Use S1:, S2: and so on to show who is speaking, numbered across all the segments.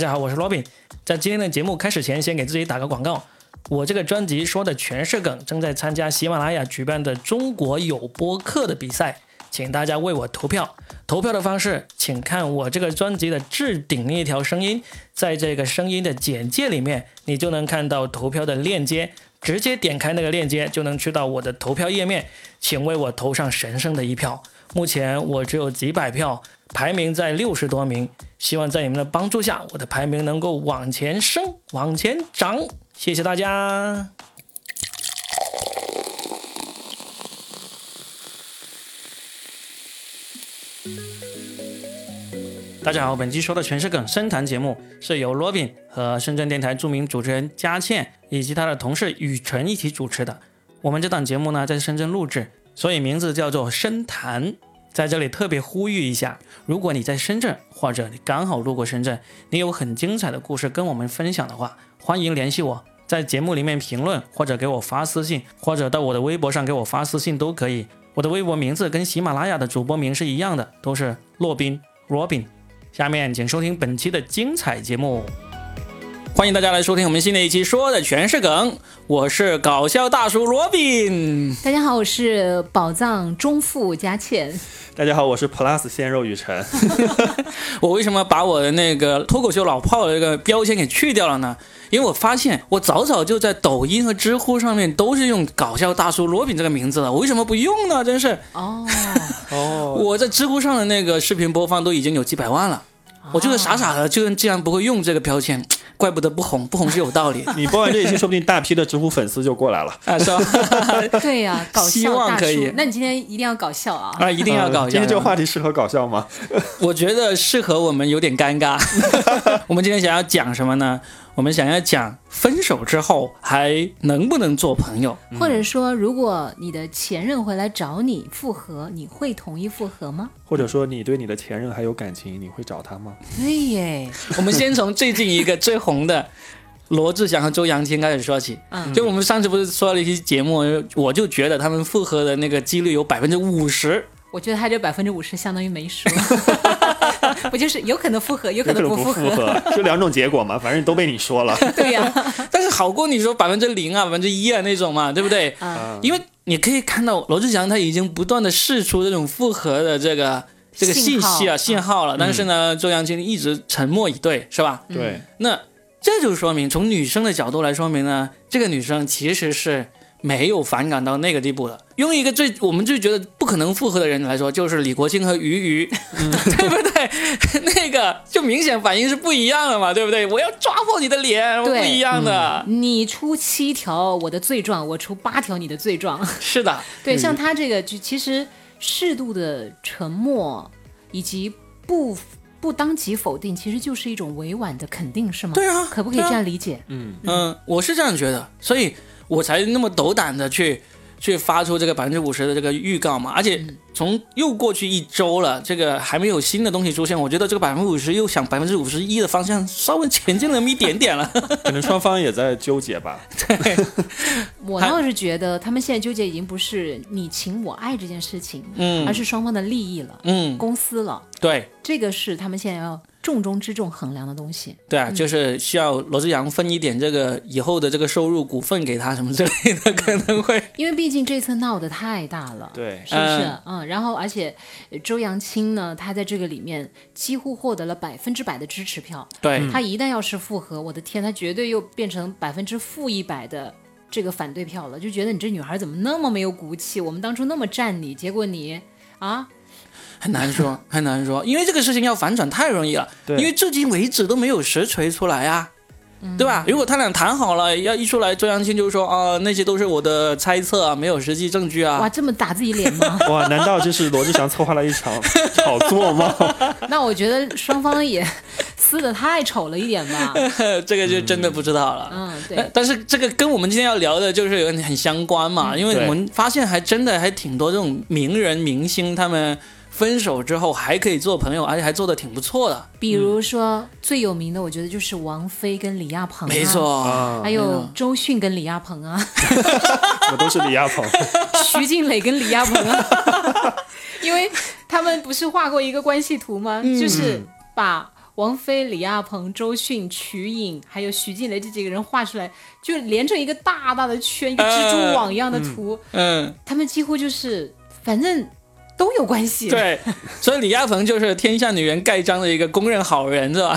S1: 大家好，我是 Robin。在今天的节目开始前，先给自己打个广告。我这个专辑说的全是梗，正在参加喜马拉雅举办的中国有播客的比赛，请大家为我投票。投票的方式，请看我这个专辑的置顶那条声音，在这个声音的简介里面，你就能看到投票的链接，直接点开那个链接就能去到我的投票页面。请为我投上神圣的一票。目前我只有几百票，排名在六十多名。希望在你们的帮助下，我的排名能够往前升，往前涨。谢谢大家。大家好，本期说的全是梗深谈节目是由 Robin 和深圳电台著名主持人佳倩以及她的同事雨辰一起主持的。我们这档节目呢在深圳录制，所以名字叫做深谈。在这里特别呼吁一下，如果你在深圳或者你刚好路过深圳，你有很精彩的故事跟我们分享的话，欢迎联系我，在节目里面评论或者给我发私信，或者到我的微博上给我发私信都可以。我的微博名字跟喜马拉雅的主播名是一样的，都是洛宾 Robin。下面请收听本期的精彩节目。欢迎大家来收听我们新的一期，说的全是梗。我是搞笑大叔罗宾。
S2: 大家好，我是宝藏中富佳倩。
S3: 大家好，我是 Plus 鲜肉雨 辰。
S1: 我为什么把我的那个脱口秀老炮的这个标签给去掉了呢？因为我发现我早早就在抖音和知乎上面都是用搞笑大叔罗宾这个名字了，我为什么不用呢？真是
S2: 哦，
S3: 哦，
S1: 我在知乎上的那个视频播放都已经有几百万了，我就是傻傻的，就竟然不会用这个标签，怪不得不红，不红是有道理
S3: 你播完这一期，说不定大批的知乎粉丝就过来了。
S1: 啊，是吧？
S2: 对呀、搞
S1: 希
S2: 笑
S1: 望
S2: 大
S1: 可以
S2: 叔。那你今天一定要搞笑啊！
S1: 啊，一定要搞
S3: 嗯
S1: 笑。
S3: 今天这个话题适合搞笑吗？
S1: 我觉得适合我们有点尴 尬。我们今天想要讲什么呢？我们想要讲分手之后还能不能做朋友？
S2: 或者说，如果你的前任回来找你复合，你会同意复合吗？
S3: 或者说你对你的前任还有感情，你会找他吗？
S2: 对耶，
S1: 我们先从最近一个最红的罗志祥和周扬青开始说起。
S2: 嗯
S1: 就我们上次不是说了一期节目，我就觉得他们复合的那个几率有百分之五十。
S2: 我觉得他这百分之五十相当于没 说，我就是有可能复合，有可
S3: 有可
S2: 能
S3: 能
S2: 不
S3: 不
S2: 复
S3: 复
S2: 合。
S3: 合，就两种结果 嘛，反正都被你说了。
S2: 对呀、
S1: 但是好过你说百分之零啊、百分之一啊那种嘛，对不对？
S2: 啊，
S3: 嗯
S1: 因为你可以看到罗志祥他已经不断的试出这种复合的这个这个信
S2: 信号嗯
S1: 息啊、信号了，但是呢，周扬青一直沉默以对，是吧？
S3: 对，
S1: 那这就说明，从女生的角度来说明呢，这个女生其实是没有反感到那个地步的。用一个最我们最觉得不可能复合的人来说，就是李国庆和俞渝， 对不对？ 那个就明显反应是不一样的嘛，对不对？我要抓破你的脸，不
S2: 对嗯
S1: 一样的，
S2: 你出七条我的罪状，我出八条你的罪状。
S1: 是的，
S2: 对，像他这个就其实适度的沉默以及不不当即否定，其实就是一种委婉的肯定，是吗？
S1: 对啊
S2: 可不可以
S1: 对啊
S2: 这样理解？
S1: 嗯，我是这样觉得，所以我才那么斗胆的去去发出这个百分之五十的这个预告嘛。而且从又过去一周了，这个还没有新的东西出现，我觉得这个百分之五十又向百分之五十一的方向稍微前进了那么一点点了。
S3: 可能双方也在纠结吧。
S2: 我倒是觉得他们现在纠结已经不是你情我爱这件事情，而
S1: 嗯
S2: 是双方的利益了、
S1: 嗯，
S2: 公司了，
S1: 对
S2: 这个是他们现在要重中之重衡量的东西。
S1: 对啊，就是需要罗志祥分一点这个以后的这个收入股份给他什么之类的，可能会
S2: 因为毕竟这次闹得太大了，
S3: 对
S2: 是不是？
S1: 嗯
S2: 嗯然后而且呃周扬青呢，她在这个里面几乎获得了百分之百的支持票。
S1: 对。
S2: 她一旦要是复合，我的天，她绝对又变成百分之负一百的这个反对票了，就觉得你这女孩怎么那么没有骨气？我们当初那么站你，结果你啊，
S1: 很难说，很难说，因为这个事情要反转太容易了，
S3: 对
S1: 因为至今为止都没有实锤出来啊，
S2: 嗯
S1: 对吧？如果他俩谈好了，要一出来，周扬青就说啊、那些都是我的猜测啊，没有实际证据
S2: 哇，
S1: 啊。
S2: 这么打自己脸吗？
S3: 哇，难道这是罗志祥策划了一场 炒作吗？
S2: 那我觉得双方也 撕的太丑了一点吧。
S1: 这个就真的不知道了。
S2: 嗯，
S1: 但
S2: 对，
S1: 但是这个跟我们今天要聊的就是有很相关嘛，
S2: 嗯
S1: 因为
S3: 对
S1: 我们发现还真的还挺多这种名人明星他们分手之后还可以做朋友，而且还做的挺不错的。
S2: 比如说、最有名的，我觉得就是王菲跟李亚鹏、啊，
S1: 没错，
S2: 还有周迅跟李亚鹏啊，
S3: 我都是李 亚鹏。
S2: 徐静蕾跟李亚鹏啊，
S1: 嗯
S2: 因为他们不是画过一个关系图吗？就是把。王菲、李亚鹏、周迅、瞿颖，还有徐静蕾这几个人画出来，就连成一个大大的圈，一个蜘蛛网一样的图，
S1: 嗯，
S2: 他们几乎就是，反正都有关系。，
S1: 对，所以李亚鹏就是天下女人盖章的一个公认好人，是吧？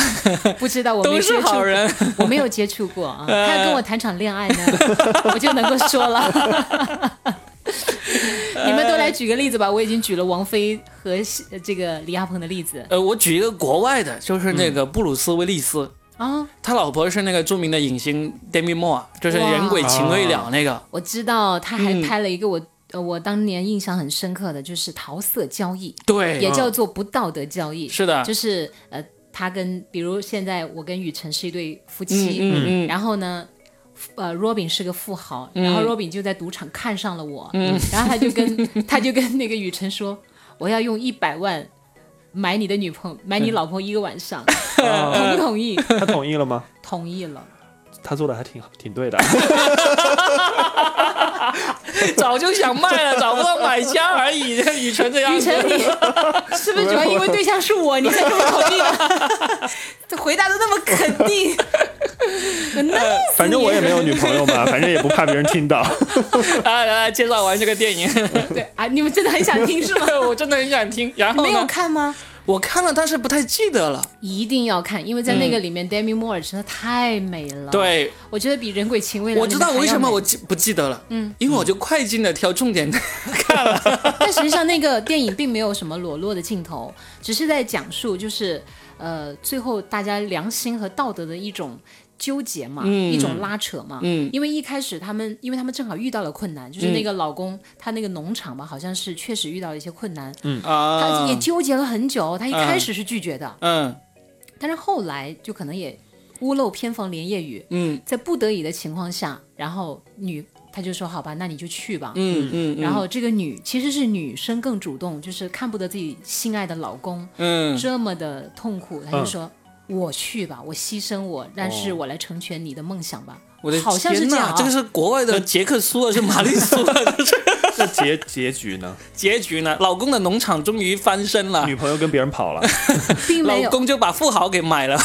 S2: 不知道我没
S1: 都
S2: 接
S1: 是
S2: 触
S1: 好
S2: 过，
S1: 人。
S2: 我没有接触过啊。
S1: 呃
S2: 他要跟我谈场恋爱呢， 我就能够说了。 你们都来举个例子吧，我已经举了王菲和呃这个李亚鹏的例子
S1: 呃，我举一个国外的，就是那个布鲁斯威利斯，
S2: 啊，
S1: 他老婆是那个著名的影星 Demi Moore，就是《人鬼情未了》那个。
S2: 我知道他还
S1: 嗯
S2: 拍了一个我、呃我当年印象很深刻的就是桃色交易，也
S1: 对，
S2: 叫做不道德交易，
S1: 是的，
S2: 就是呃他跟比如现在我跟雨辰是一对夫
S1: 嗯
S2: 妻，
S1: 嗯嗯，
S2: 然后呢，呃，Robin 是个富豪，然后 Robin 就在赌场看上了我，
S1: 嗯
S2: 然后他就跟他就跟那个雨辰说，我要用一百万买你的女朋买你老婆一个晚上，
S1: 嗯
S2: 同不同意？
S3: 嗯他同意了吗？
S2: 同意了，
S3: 他做的还挺挺对的，
S1: 早就想卖 了，找不到买家而已。这雨辰这样
S2: 雨
S1: 子，
S2: 辰你是不是主要因为对象是我，你才这么同意的？这回答的那么 肯定，我弄
S1: 嗯
S2: 死
S3: 反正我也
S2: 你
S3: 没有女朋友 嘛，反正也不怕别人听到。
S1: 来来来，介绍完这个电影，
S2: 对啊，你们真的很想听是吗？
S1: 我真的嗯很想 听。然后
S2: 没有
S1: 呢，
S2: 看吗？
S1: 我看了，但是不太记得了。
S2: 一定要看，因为在那个里面、d e m i Moore 真的太美了。，
S1: 嗯对，
S2: 我觉得比《人鬼情未了》
S1: 我知道
S2: 那个还
S1: 为
S2: 要
S1: 什么
S2: 美
S1: 我记不记得了，嗯，因为我就快进的挑重点的，
S2: 但实际上那个电影并没有什么裸露的镜头，只是在讲述就是呃最后大家良心和道德的一种。纠结嘛，一种拉扯嘛，
S1: 嗯
S2: 因为一开始他们，因为他们正好遇到了困难，就是那个老公、他那个农场吧，好像是确实遇到了一些困难，嗯 他
S1: 啊
S2: 也纠结了很久，他一
S1: 嗯
S2: 开始是拒绝的，
S1: 嗯
S2: 但是后来就可能也屋漏偏逢连夜雨，
S1: 嗯
S2: 在不得已的情况下，然后女她就说好吧，那你就去吧，
S1: 嗯嗯，
S2: 然后这个女其实是女生更主动，就是看不得自己心爱的老公
S1: 嗯
S2: 这么的痛苦，她就说、我去吧，我牺牲我，但是我来成全你的梦想吧。
S1: 哦我的
S2: 好像是
S1: 天
S2: 这
S1: 呐
S2: 样啊
S1: 这个是国外的杰克苏尔，是玛丽 苏尔的
S3: 那结结局呢？
S1: 结局呢？老公的农场终于翻身了
S3: 女，朋友跟别人跑了，
S2: 并没
S1: 老
S2: 有，
S1: 公就把富豪给买 了，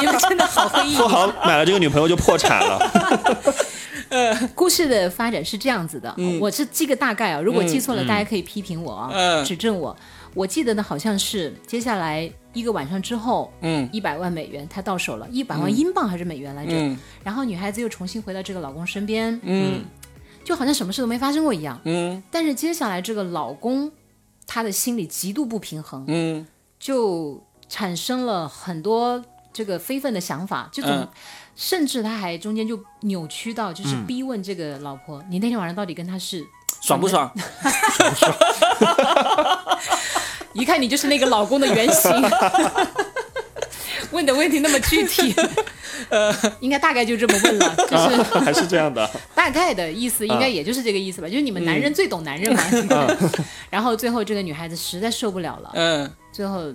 S2: 你们真的 好会意
S3: 富。豪买了这个女朋友就破产了。
S2: 故事的发展是这样子的，我是记个大概啊，如果记错了，大家可以批评我啊，
S1: 嗯
S2: 指正我。我记得呢，好像是接下来一个晚上之后，
S1: 嗯
S2: 一百万美元她到手了，一百万英镑还是美元来着？
S1: 嗯
S2: 然后女孩子又重新回到这个老公身边，
S1: 嗯
S2: 就好像什么事都没发生过一样。
S1: 嗯
S2: 但是接下来这个老公，他的心里极度不平衡，
S1: 嗯
S2: 就产生了很多这个非分的想法，这种、
S1: 嗯
S2: 甚至他还中间就扭曲到就是逼问这个老婆，你那天晚上到底跟他是？
S1: 爽不爽？
S2: 一看你就是那个老公的原型。问的问题那么具体，应该大概就这么问了，就是
S3: 还是这样的，
S2: 大概的意思应该也就是这个意思吧，就是你们男人最懂男人嘛。 然后最后这个女孩子实在受不了了，
S1: 嗯
S2: 最后，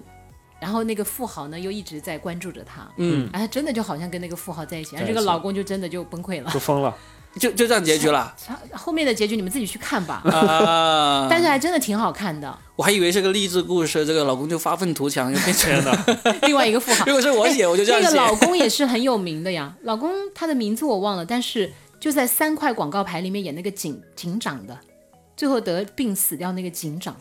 S2: 然后那个富豪呢又一直在关注着她，
S1: 嗯，
S2: 哎，真的就好像跟那个富豪在一起，然后哎这
S3: 在一
S2: 个
S3: 起
S2: 老公就真的就崩溃了。
S1: 嗯
S3: 就疯了。
S1: 就就这样结局 了
S2: 后面的结局你们自己去看吧，
S1: 啊！
S2: 但是还真的挺好看 的。
S1: 我还以为是个励志故事，这个老公就发愤图强，就变成
S3: 天哪，
S2: 另外一个富豪
S1: 如，果是我写，我就这
S2: 那
S1: 样
S2: 个
S1: 写。
S2: 老公也是很有名的呀，老公他的名字我忘了，但是就在三块广告牌里面演那个警警长的，最后得病死掉那个警长，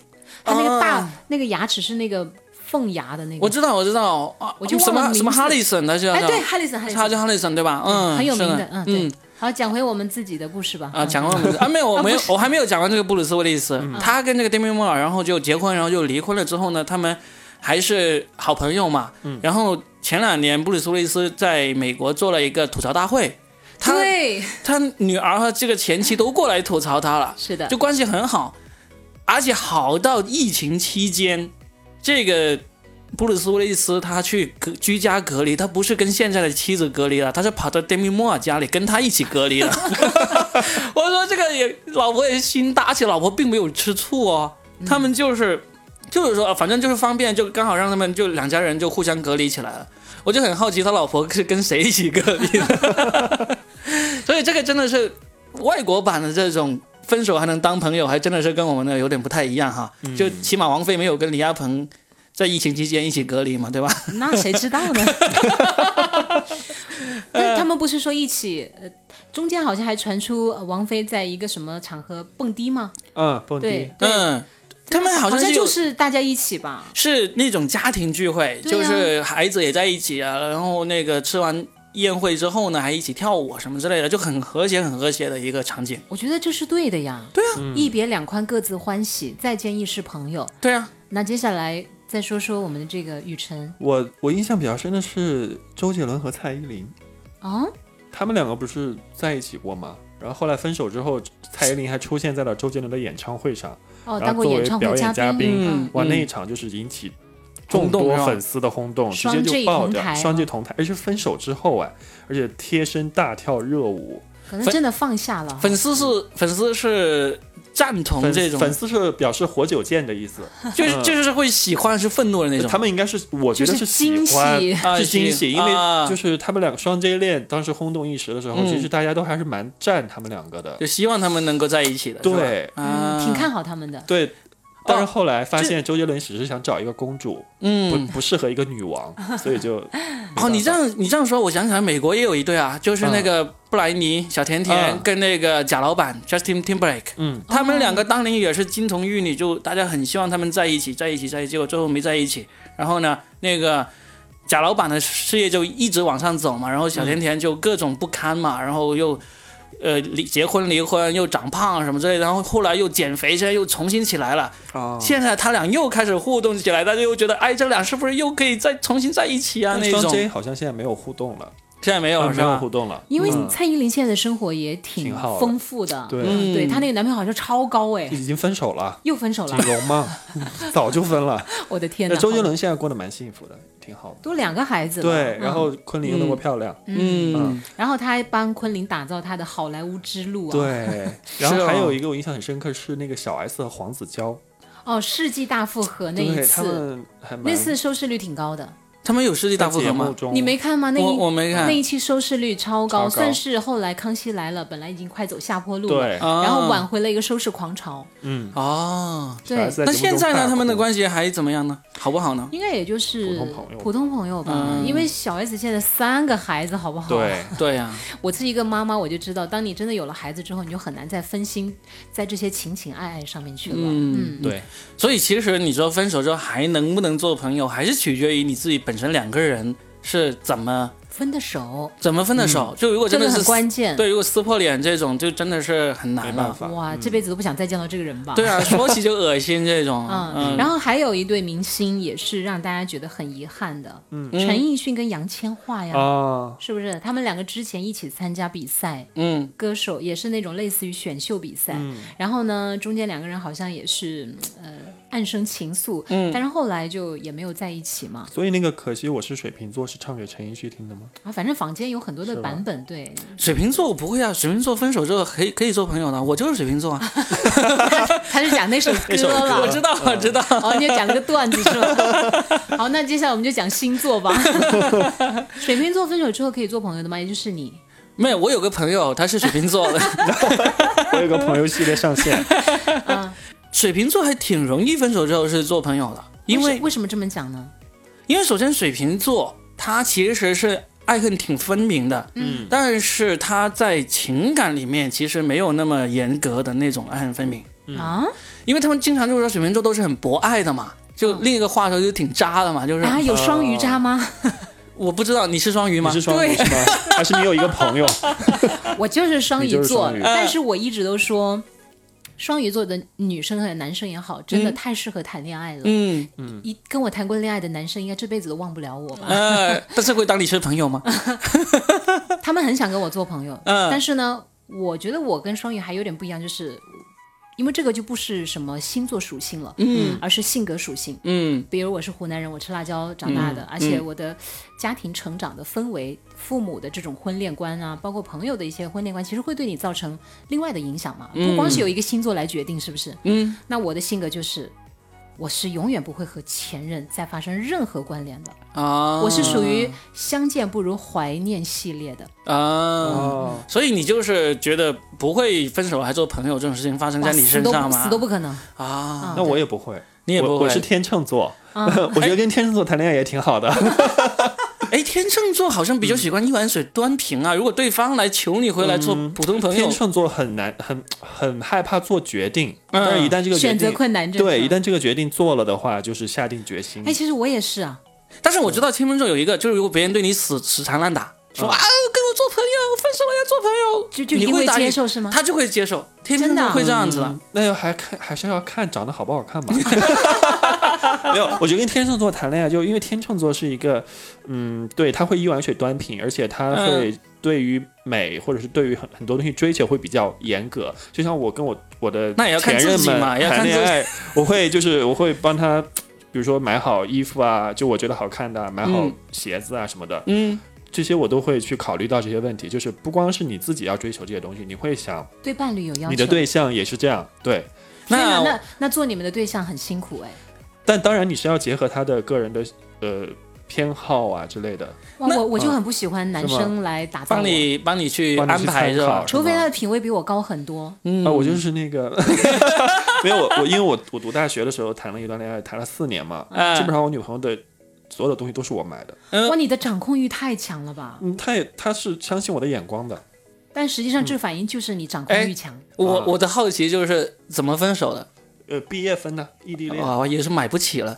S2: 他那个大、那个牙齿是那个缝牙的那个，
S1: 啊我知道，我知道啊，
S2: 我就
S1: 什
S2: 忘了名
S1: 么
S2: 字
S1: 什么哈里森，他是
S2: 哎对，哈里森哈里
S1: 他
S2: 森
S1: 叫哈里森对吧？嗯，
S2: 很有名
S1: 是
S2: 的，嗯对。好，讲回我们自己的故事吧。
S1: 啊，
S2: 嗯
S1: 讲过名字啊？没有，我没有
S2: 啊，
S1: 我还没有讲完这个布鲁斯威利斯。他跟这个 Demi Moore，然后就结婚，然后就离婚了。之后呢，他们还是好朋友嘛。然后前两年，布鲁斯威利斯在美国做了一个吐槽大会，他
S2: 对，
S1: 他女儿和这个前妻都过来吐槽他了，
S2: 是的，
S1: 就关系很好，而且好到疫情期间，这个。布鲁斯威利斯他去隔居家隔离，他不是跟现在的妻子隔离了，他是跑到 Demi Moore 家里跟他一起隔离了。 我说这个也老婆也心大，而且老婆并没有吃醋哦，
S2: 嗯
S1: 他们就是就是说，呃反正就是方便，就刚好让他们就两家人就互相隔离起来了。我就很好奇他老婆是跟谁一起隔离的， 所以这个真的是外国版的这种。嗯分手还能当朋友，还真的是跟我们的有点不太一样哈。就起码王菲没有跟李亚鹏在疫情期间一起隔离嘛，对吧？
S2: 那谁知道呢？但他们不是说一起，呃，中间好像还传出呃王菲在一个什么场合蹦迪吗？
S3: 嗯，蹦迪
S2: 对，，
S1: 嗯，他们好
S2: 好
S1: 像
S2: 像
S1: 是
S2: 就
S1: 有
S2: 是大家一起吧。
S1: 是那种家庭聚会，
S2: 对啊
S1: 就是孩子也在一起啊，然后那个吃完宴会之后呢，还一起跳舞啊什么之类的，就很和谐、很和谐的一个场景。
S2: 我觉得这是对的呀。对啊，一别两宽，各自欢喜，再见亦是朋友。
S1: 对啊，
S2: 那接下来再说说我们的这个雨辰
S3: 我我印象比较深的是周杰伦和蔡依林，
S2: 啊，
S3: 他们两个不是在一起过吗？然后后来分手之后，蔡依林还出现在了周杰伦的演唱会上，
S2: 哦，
S3: 然后
S2: 当过演唱
S3: 作
S2: 会
S3: 为表演嘉宾
S2: 嗯
S1: 嗯，
S3: 哇，那一场就是引起
S1: 轰
S3: 众
S1: 动
S3: 多
S1: 是吧
S3: 粉丝的轰动，直
S2: 双
S3: 接
S2: 坠
S3: 就爆
S2: 同
S3: 掉，
S2: 台哦
S3: 双
S2: 吗
S3: 截同台，而且分手之后啊，而且贴身大跳热舞，
S2: 可能真的放下了。
S1: 粉丝是粉丝是赞同
S3: 粉
S1: 这种，
S3: 粉丝是表示活久见的意思，
S1: 就是就是会喜欢是愤怒的那种。
S3: 他们应该是我觉得
S2: 就是
S3: 喜
S2: 惊
S3: 欢
S2: 喜
S1: 啊
S3: 是惊喜，因为
S1: 啊
S3: 就是他们两个双 J 恋当时轰动一时的时候，
S1: 嗯
S3: 其实大家都还是蛮赞他们两个的，
S1: 就希望他们能够在一起的，是吧
S3: 对
S1: 啊，
S2: 嗯，挺看好他们的。
S3: 对。但是后来发现周杰伦只是想找一个公主，
S1: 嗯。
S3: 不不适合一个女 王，所以就
S1: 哦，你这样你这样说，我想起来美国也有一对啊，就是那个布莱尼小甜甜
S3: 嗯
S1: 跟那个贾老板 Justin Timberlake，
S3: 嗯，
S1: 他们两个当年也是金童玉女，就大家很希望他们在一起，在一起，在一起，结果最后没在一起。然后呢，那个贾老板的事业就一直往上走嘛，然后小甜甜就各种不堪嘛，然后又。呃，离结婚离婚又长胖什么之类的，然后后来又减肥，现在又重新起来了。
S3: 啊
S1: 现在他俩又开始互动起来，大家又觉得，哎，这俩是不是又可以再重新在一起啊？那
S3: 双
S1: 种
S3: J 好像现在没有互动了，
S1: 现在没有、
S3: 啊
S1: 是
S3: 没有
S1: 吧
S3: 互？动了，
S2: 因为
S3: 嗯
S2: 蔡依林现在的生活也挺
S3: 挺好的
S2: 丰富的，
S3: 对嗯
S1: 嗯
S2: 对她那个男朋友好像超高哎，
S3: 已经分手了，
S2: 又分手
S3: 锦
S2: 了，
S3: 荣嘛， 早就分了。
S2: 我的天
S3: 那
S2: 哪！
S3: 周杰伦现在过得蛮幸福的，挺好的。
S2: 都两个孩子了，
S3: 对，
S2: 嗯
S3: 然后昆凌又那么漂亮，
S1: 嗯，
S2: 然后他还帮昆凌打造他的好莱坞之路 啊，，
S3: 对。
S1: 是
S3: 然后还
S1: 哦
S3: 有一个我印象很深刻是那个小 S 和黄子佼，
S2: 哦，世纪大复合那一
S3: 对他
S2: 次，
S3: 们还蛮
S2: 那次收视率挺高的，
S1: 他们有世纪大
S3: 在
S1: 复合
S3: 节目
S1: 吗？
S3: 中，
S2: 你没看吗？那一
S1: 我我没看
S2: 那一期收视率超高，
S3: 超高
S2: 算是后来《康熙来了》本来已经快走下坡路了，
S3: 对，
S1: 啊
S2: 嗯然后挽回了一个收视狂潮，
S3: 嗯。
S1: 哦，
S3: 小
S2: 对
S3: S
S1: 那
S3: 节目
S1: 现
S3: 中
S1: 在
S3: 大
S1: 呢？他们的
S3: 哭
S1: 关系还怎么样呢？好不 好呢？
S2: 应该也就是
S3: 普通朋友
S2: 普通朋友吧，
S1: 嗯
S2: 因为小 S 现在三个孩子，好不好？
S3: 对，
S1: 对呀、
S2: 我是一个妈妈，我就知道，当你真的有了孩子之后，你就很难再分心在这些情情爱爱上面去了。
S1: 嗯，
S3: 对，
S1: 所以其实你说分手之后还能不能做朋友，还是取决于你自己本身两个人是怎么
S2: 分的手，
S1: 怎么分的手。
S3: 嗯
S1: 就如果
S2: 这
S1: 真
S2: 个
S1: 的
S2: 很
S1: 是
S2: 关键。
S1: 对，如果撕破脸这种，就真的是很
S3: 没
S1: 难
S3: 办
S1: 了。
S3: 法，
S2: 哇，这辈子都不想再见到这个人吧？
S1: 对啊，说起就恶心这种。
S2: 嗯，然后还有一对明星也是让大家觉得很遗憾的，
S1: 嗯
S2: 陈奕迅跟杨千嬅
S1: 哦
S2: 呀，
S3: 啊，
S2: 是不是？他们两个之前一起参加比赛，
S1: 嗯，
S2: 歌手也是那种类似于选秀比赛，然后呢，中间两个人好像也是呃暗生情愫，
S1: 嗯
S2: 但是后来就也没有在一起嘛。
S3: 所以那个可惜我是水瓶座是唱给陈奕迅听的吗？
S2: 啊，反正坊间有很多的版本，对，
S1: 水瓶座我不会啊，水瓶座分手之后可以可以做朋友的，我就是水瓶座 啊。
S2: 他是讲那 首歌
S3: 首歌
S1: 我
S2: 了。
S1: 知道，我知道。
S2: 哦，你也讲了个段子是吧？ 好，那接下来我们就讲星座吧。 水瓶座分手之后可以做朋友的吗？也就是你，
S1: 没有，我有个朋友，他是水瓶座 的，
S3: 我有个朋友系列上 线，
S1: 水瓶座还挺容易分手之后是做朋友的，因
S2: 为
S1: 为
S2: 什为什么这么讲呢？
S1: 因为首先水瓶座他其实是爱恨挺分明的，嗯，但是他在情感里面其实没有那么严格的那种爱恨分明，
S3: 嗯
S2: 啊
S1: 因为他们经常就说水瓶座都是很博爱的嘛。就另一个话说，就挺渣的嘛，就是、
S2: 啊，有
S3: 呃
S2: 双鱼渣吗？
S1: 我不知道你是双鱼
S3: 你
S1: 吗？
S3: 是双鱼
S1: 对
S3: 是吗？还是你有一个 朋友？
S2: 我就是双鱼
S3: 你就是
S2: 座，
S3: 双鱼嗯
S2: 但是我一直都说，双鱼座的女生和男生也好，真的
S1: 嗯
S2: 太适合谈恋爱了。
S1: 嗯，
S2: 一跟我谈过恋爱的男生，应该这辈子都忘不了我吧？
S1: 呃，但是会当你是朋 友吗？
S2: 他们很想跟我做朋友，
S1: 嗯
S2: 但是呢，我觉得我跟双鱼还有点不一样，就是因为这个就不是什么星座属性了，嗯，而是性格属性。
S1: 嗯
S2: 比如我是湖南人，我吃辣椒长大的，而且我的家庭成长的氛围、父母的这种婚恋观啊，包括朋友的一些婚恋观，其实会对你造成另外的影响嘛。不光是有一个星座来决定，是不是？
S1: 嗯，
S2: 那我的性格就是。我是永远不会和前任再发生任何关联的，
S1: 啊，
S2: 我是属于相见不如怀念系列的。
S1: 啊，
S3: 哦，
S1: 所以你就是觉得不会分手还做朋友这种事情发生在
S2: 哇
S1: 你身
S2: 死都
S1: 上
S2: 不
S1: 吗
S2: 死？都不可能
S1: 啊，
S2: 啊！
S3: 那我也不会，
S1: 你也不
S3: 我
S1: 会
S3: 我是天秤座，
S2: 啊
S3: 我觉得跟天秤座谈恋爱也挺好的。
S1: 哎，天秤座好像比较喜欢一碗水端平啊。如果对方来求你回来做普通朋友
S3: 嗯天，秤座很难，很很害怕做决定，
S1: 嗯
S3: 但是一旦这个决
S2: 选择
S3: 定，
S2: 困难症。
S3: 对，一旦这个决定做了的话，就是下定决心
S2: 哎，。其实我也是啊，
S1: 但是我知道天秤座有一个，就是如果别人对你死死缠烂打，说
S3: 嗯
S1: 啊跟我做朋友，分手了要做朋友，
S2: 就就
S1: 你
S2: 因
S1: 会
S2: 为
S1: 答应
S2: 接受是吗？
S1: 他就会接受。天秤
S2: 嗯真的
S1: 座
S2: 啊
S1: 会这样子的，
S3: 那要还看，还是要看长得好不好看 吧。没有，我觉得跟天秤座谈恋爱，就因为天秤座是一个，嗯，对，他会一碗水端平，而且他会对于美或者是对于很很多东西追求会比较严格。就像我跟我我的
S1: 那也要看
S3: 前任
S1: 自己
S3: 们
S1: 嘛要看
S3: 谈恋
S1: 自己
S3: 爱，我会就是我会帮他，比如说买好衣服啊，就我觉得好看的啊，买好
S1: 嗯
S3: 鞋子啊什么的。
S1: 嗯，
S3: 这些我都会去考虑到这些问题，就是不光是你自己要追求这些东西，你会想
S2: 对伴侣有要求。
S3: 你的对象也是这样，对。
S2: 天哪，
S1: 那
S2: 那那做你们的对象很辛苦哎。
S3: 但当然你是要结合他的个人的呃偏好啊之类的，
S2: 哇，
S1: 那嗯
S2: 我我就很不喜欢男生来打造
S1: 帮
S2: 我，
S1: 你帮你去
S3: 帮你去
S1: 安排
S3: 参
S1: 是吧
S3: 考？
S2: 除非他的品味比我高很多。
S1: 嗯
S3: 啊，我就是那个， 没有我我因为我我读大学的时候谈了一段恋爱，谈了四年嘛，
S1: 哎
S3: 基本上我女朋友的所有的东西都是我买的，
S1: 嗯
S2: 哇，你的掌控欲太强了吧？
S3: 嗯，她也她是相信我的眼光的，
S2: 但实际上
S1: 嗯
S2: 这反应就是你
S1: 哎
S2: 掌控欲强。
S1: 我
S3: 啊
S1: 我的好奇就是怎么分手的？
S3: 呃，毕业分呢，异地恋、
S1: 哇，也是买不起了。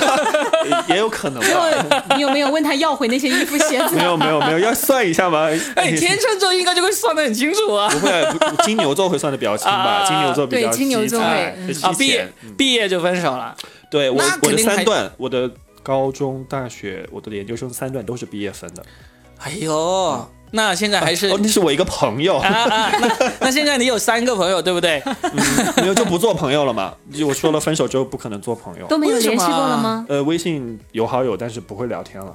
S3: 呃也有可能吧，
S2: 你有没有问他要回那些衣服鞋子
S3: 没？有没有没有，要算一下吧，
S1: 哎，天秤座应该就会算得很清楚啊。
S3: 不会，不金牛座会算的比较清吧？
S1: 啊
S3: 金牛座比较
S2: 对金牛座
S3: 积
S2: 会
S3: 财
S2: 嗯
S3: 会积
S1: 啊，毕业
S3: 钱
S1: 毕业就分手了。
S3: 对我
S1: 那
S3: 我
S1: 肯
S3: 的
S1: 定还
S3: 三段，我的高中、大学、我的研究生三段都是毕业分的，
S1: 哎呦，那现在还是
S3: 嗯哦，那是我一个朋友，
S1: 啊啊，那 那现在你有三个朋友对不 对？
S3: 没有就不做朋友了嘛？就我说了分手之后不可能做朋友，
S2: 都没有联系过了吗？
S3: 呃，微信有好友，但是不会聊天了，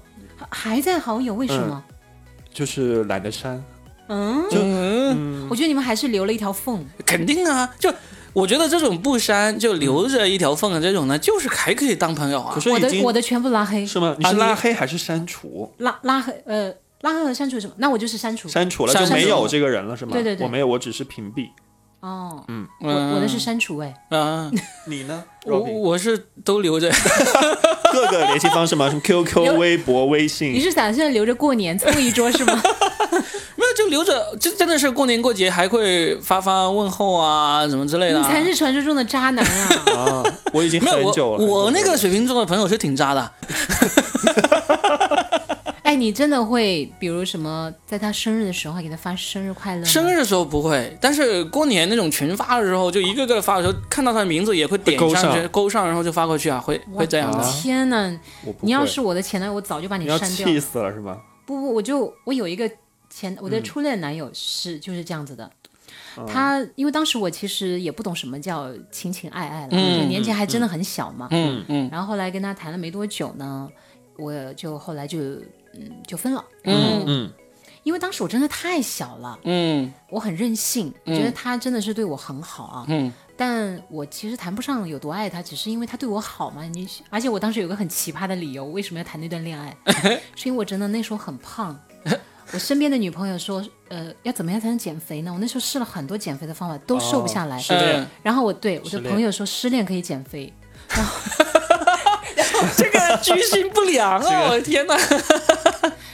S2: 还在好友，为什么？
S3: 就是懒得删。
S2: 嗯，
S1: 嗯，
S2: 我觉得你们还是留了一条缝。
S1: 肯定啊，就。我觉得这种不删就留着一条缝的这种呢，就是还可以当朋友啊
S3: 可。是
S2: 我
S3: 已
S2: 的
S3: 经
S2: 我的全部拉黑，
S3: 是吗？你是
S1: 啊你
S3: 拉黑还是删除？
S2: 拉拉黑呃拉黑和删除什么？那我就是删除。
S3: 删除了
S1: 删
S3: 就
S1: 除
S3: 没有这个人了是吗？
S2: 对对对
S3: 我没有，我只是屏蔽。
S2: 哦，我
S1: 嗯
S2: 我的是删除哎，
S1: 啊，
S3: 你呢？
S1: 我
S3: Robin？
S1: 我是都留着，
S3: 各个联系方式吗？什么 QQ、
S2: 有
S3: 微博、微
S2: 你
S1: 嗯
S3: 信？
S2: 是打算留着过年凑一桌 是吗？
S1: 没有就留着，这真的是过年过节还会发发问候啊，什么之类的啊。
S2: 你才是传说中的渣男啊！
S3: 啊，我已经
S1: 没
S3: 很
S1: 有
S3: 久
S1: 我
S3: 了。很久
S1: 我
S3: 了
S1: 那个水瓶座的朋友是挺渣的，
S2: 哎，你真的会，比如什么，在他生日的时候还给他发生日快乐吗，
S1: 生日的时候不会，但是过年那种群发的时候，就一个个发的时候，看到他的名字也会点
S3: 勾
S1: 上去，
S3: 上
S1: 勾上，然后就发过去啊，会
S2: 我
S1: 会这样
S3: 啊
S1: 的。
S2: 天哪！
S3: 我不
S2: 你要
S3: 会
S2: 是我的前男友，我早就把
S3: 你
S2: 你
S3: 要
S2: 删掉了。
S3: 气死了是吗？
S2: 不不，我就我有一个前我
S1: 嗯
S2: 的初恋男友是、就是这样子的，
S1: 哦
S2: 他因为当时我其实也不懂什么叫情情爱爱了，
S1: 嗯
S2: 就年纪还真的很小嘛。
S1: 嗯嗯
S2: 然后后来跟他谈了没多久呢，我就后来就嗯就分了，
S1: 嗯
S3: 嗯，
S2: 因为当时我真的太小了，
S1: 嗯
S2: 我很任性，
S3: 嗯
S2: 我觉得他真的是对我很好啊。
S1: 嗯，
S2: 但我其实谈不上有多爱他，只是因为他对我好嘛。你而且我当时有个很奇葩的理由，为什么要谈那段 恋爱？是因为我真的那时候很胖。我身边的女朋友说，呃，要怎么样才能减肥呢？我那时候试了很多减肥的方法，都瘦不下来。
S3: 哦是的呀
S1: 嗯
S2: 然后我对我
S3: 失
S2: 的
S3: 恋
S2: 朋友说，失恋可以减肥。
S1: 这个居心不良啊！我的天 哪，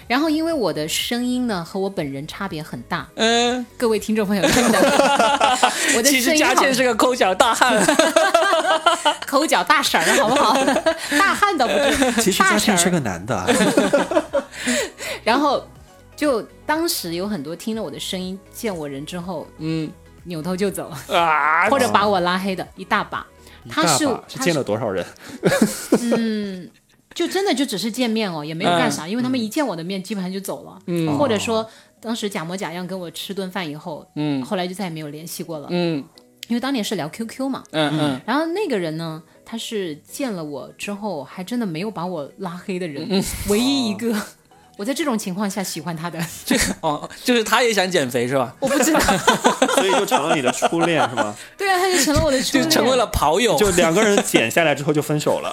S2: 然后因为我的声音呢和我本人差别很大，
S1: 嗯，
S2: 各位听众朋友，真 的，我的
S1: 其
S2: 声
S1: 实
S2: 音
S1: 佳
S2: 好
S1: 倩是个抠脚大汉，
S2: 抠脚大婶儿，好 不好？大汉倒不至于，
S3: 其实
S2: 大
S3: 嘉
S2: 婶
S3: 庆
S2: 儿
S3: 是个男的啊，
S2: 然后就当时有很多听了我的声音、见我人之后，
S1: 嗯
S2: 扭头就走，
S1: 啊，
S2: 或者把我拉黑的一大把。他
S3: 哎大
S2: 是
S3: 把是
S2: 他
S3: 见
S2: 是
S3: 了多少人？
S2: 就真的就只是见面哦，也没有干
S3: 嗯
S2: 啥，因为他们一见我的面，基本上就走了，
S1: 嗯
S2: 或者
S3: 哦
S2: 说。当时假模假样跟我吃顿饭以后，
S1: 嗯
S2: 后来就再也没有联系过了，
S1: 嗯
S2: 因为当年是聊 QQ 嘛。
S1: 嗯嗯
S2: 然后那个人呢，他是见了我之后，还真的没有把我拉黑的人，唯一一个。 我在这种情况下喜欢他的，
S1: 哦，就是他也想减肥是吧？
S2: 我不知道。
S3: 所以就成了你的初恋是 吗？
S2: 对啊，他就成了我的初
S1: 就
S2: 恋，
S1: 成为了跑友，
S3: 就两个人减下来之后就分手 了。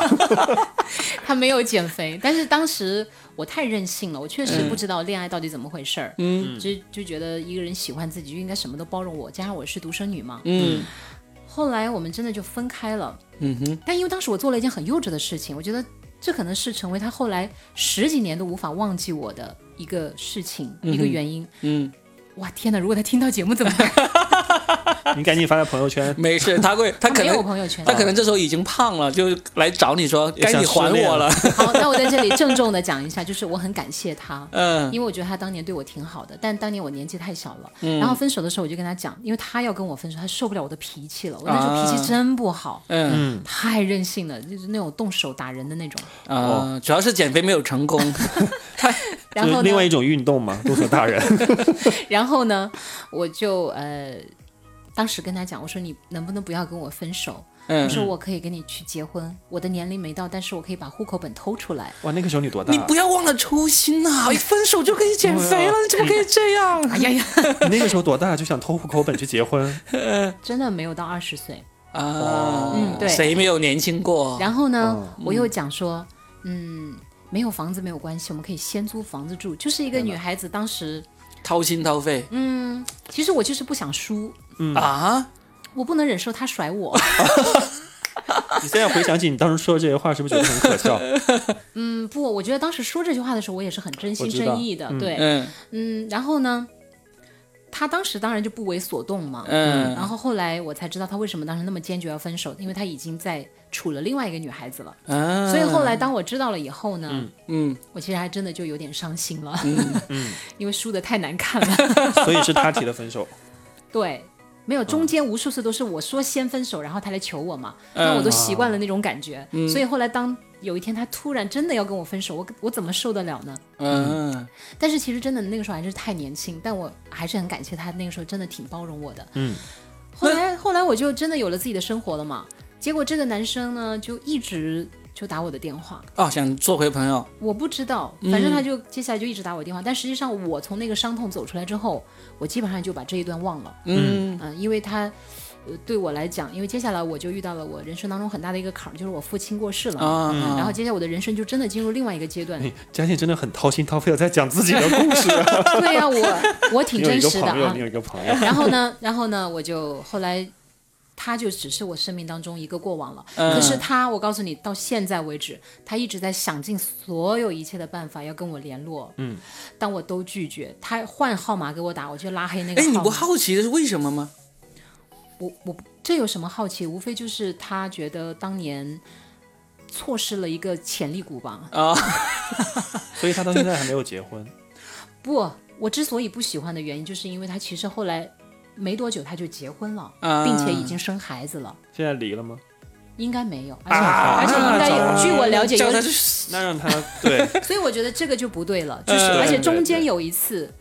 S2: 他没有减肥，但是当时我太任性了，我确实不知道恋爱到底怎么回事儿，
S1: 嗯
S2: 嗯，就就觉得一个人喜欢自己就应该什么都包容我，加上我是独生女嘛，
S1: 嗯
S2: 后来我们真的就分开了。
S1: 嗯哼，
S2: 但因为当时我做了一件很幼稚的事情，我觉得这可能是成为他后来十几年都无法忘记我的一个事情，一个原因。
S1: 嗯，
S2: 哇，天哪！如果他听到节目怎么办？
S3: 你赶紧发在朋友圈。
S1: 没事，他会，他可
S2: 没有我
S1: 能
S2: 朋友圈
S1: 他。可能这时候已经胖了，就来找你说该你还我了。
S2: 好，那我在这里郑重的讲一下，就是我很感谢他。
S1: 嗯
S2: 因为我觉得他当年对我挺好的，但当年我年纪太小了。然后分手的时候，我就跟他讲，因为他要跟我分手，他受不了我的脾气了。我那时候脾
S1: 啊
S2: 气真不好，
S1: 嗯
S2: 太任性了，就是那种动手打人的那种。
S1: 啊，主要是减肥没有成功。
S2: 然
S3: 就
S2: 后呢
S3: 是另外一种运动嘛，动手打人。
S2: 然后呢，我就呃，当时跟他讲，我说你能不能不要跟我分手？我
S1: 嗯，
S2: 说我可以跟你去结婚，我的年龄没到，但是我可以把户口本偷出来。
S3: 哇，那个时候你多大？啊
S1: 你不要忘了初心呐！啊一哎分手就可以减肥了，你怎么可以这 样？
S2: 哎呀呀，
S3: 你 那个时候多大就想偷户口本去结婚？
S2: 真的没有到二十岁。
S1: 啊，
S2: 嗯对
S1: 谁没有年轻过？
S2: 然后
S1: 哦
S2: 呢，我又讲说，嗯，没有房子没有关系，我们可以先租房子住。就是一个女孩子，当时
S1: 掏心掏肺
S2: 嗯，其实我就是不想输，
S1: 啊！
S2: 我不能忍受他 甩我。
S3: 你现在回想起你当时说的这些话，是不是觉得很 可笑？
S2: 嗯，不，我觉得当时说这句话的时候，我也是很真心
S3: 我知道
S2: 真意的。对，
S1: 嗯
S2: 嗯，然后呢，他当时当然就不为所动嘛。
S1: 嗯
S2: 然后后来我才知道他为什么当时那么坚决要分手，因为他已经在处了另外一个女孩子了。
S1: 嗯，
S2: 所以后来当我知道了以后呢，
S1: 嗯
S2: 我其实还真的就有点伤心了， 因为输的太难看了。
S3: 所以是他提的分手。
S2: 对，没有中间无数次都是我说先分手，然后他来求我嘛，那我都习惯了那种感觉。所以后来当有一天他突然真的要跟我分手，我我怎么受得了呢？
S1: 嗯
S2: 但是其实真的那个时候还是太年轻，但我还是很感谢他那个时候真的挺包容我的。
S3: 嗯，
S2: 后来后来我就真的有了自己的生活了嘛。结果这个男生呢，就一直就打我的电话，
S1: 哦，想做回朋友，
S2: 我不知道，
S3: 嗯
S2: 反正他就、接下来就一直打我电话。但实际上我从那个伤痛走出来之后，我基本上就把这一段忘了。
S1: 嗯
S2: 嗯，因为他。呃，对我来讲，因为接下来我就遇到了我人生当中很大的一个坎儿，就是我父亲过世了嘛，
S3: 哦
S2: 嗯
S1: 啊，
S3: 嗯
S2: 然后接下来我的人生就真的进入另外一个阶 段。
S3: 你哎嘉欣真的很掏心掏肺的在讲自己的故事。
S2: 对呀、我我
S3: 你
S2: 挺
S3: 有 一
S2: 真
S3: 个
S2: 实的
S3: 朋友，
S2: 啊
S3: 你。有一个朋 友，
S2: 然后呢，然后呢，我就后来，他就只是我生命当中一个过往了。
S1: 嗯
S2: 可是他，我告诉你，到现在为止，他一直在想尽所有一切的办法要跟我联络，嗯，但我都拒绝。他换号码给我打，我就拉
S3: 嗯
S2: 黑那个
S1: 哎，
S2: 号码。
S1: 你不好奇是为什么吗？
S2: 我我这有什么好奇？无非就是他觉得当年错失了一个潜力股吧。
S1: 啊，
S3: 所以他到现在还没有结婚。
S2: 不，我之所以不喜欢的原因，就是因为他其实后来没多久他就结婚了，
S1: 啊
S2: 并且已经生孩子了。
S3: 现在离了吗？
S2: 应该没有，而且、
S3: 啊
S2: 而且应该有，据我了解
S1: 啊叫他
S2: 有，
S1: 去
S3: 那让他对，
S2: 所以我觉得这个就不对 了，就是、
S1: 呃
S2: 而且中
S3: 对
S2: 间
S3: 对
S2: 有一次。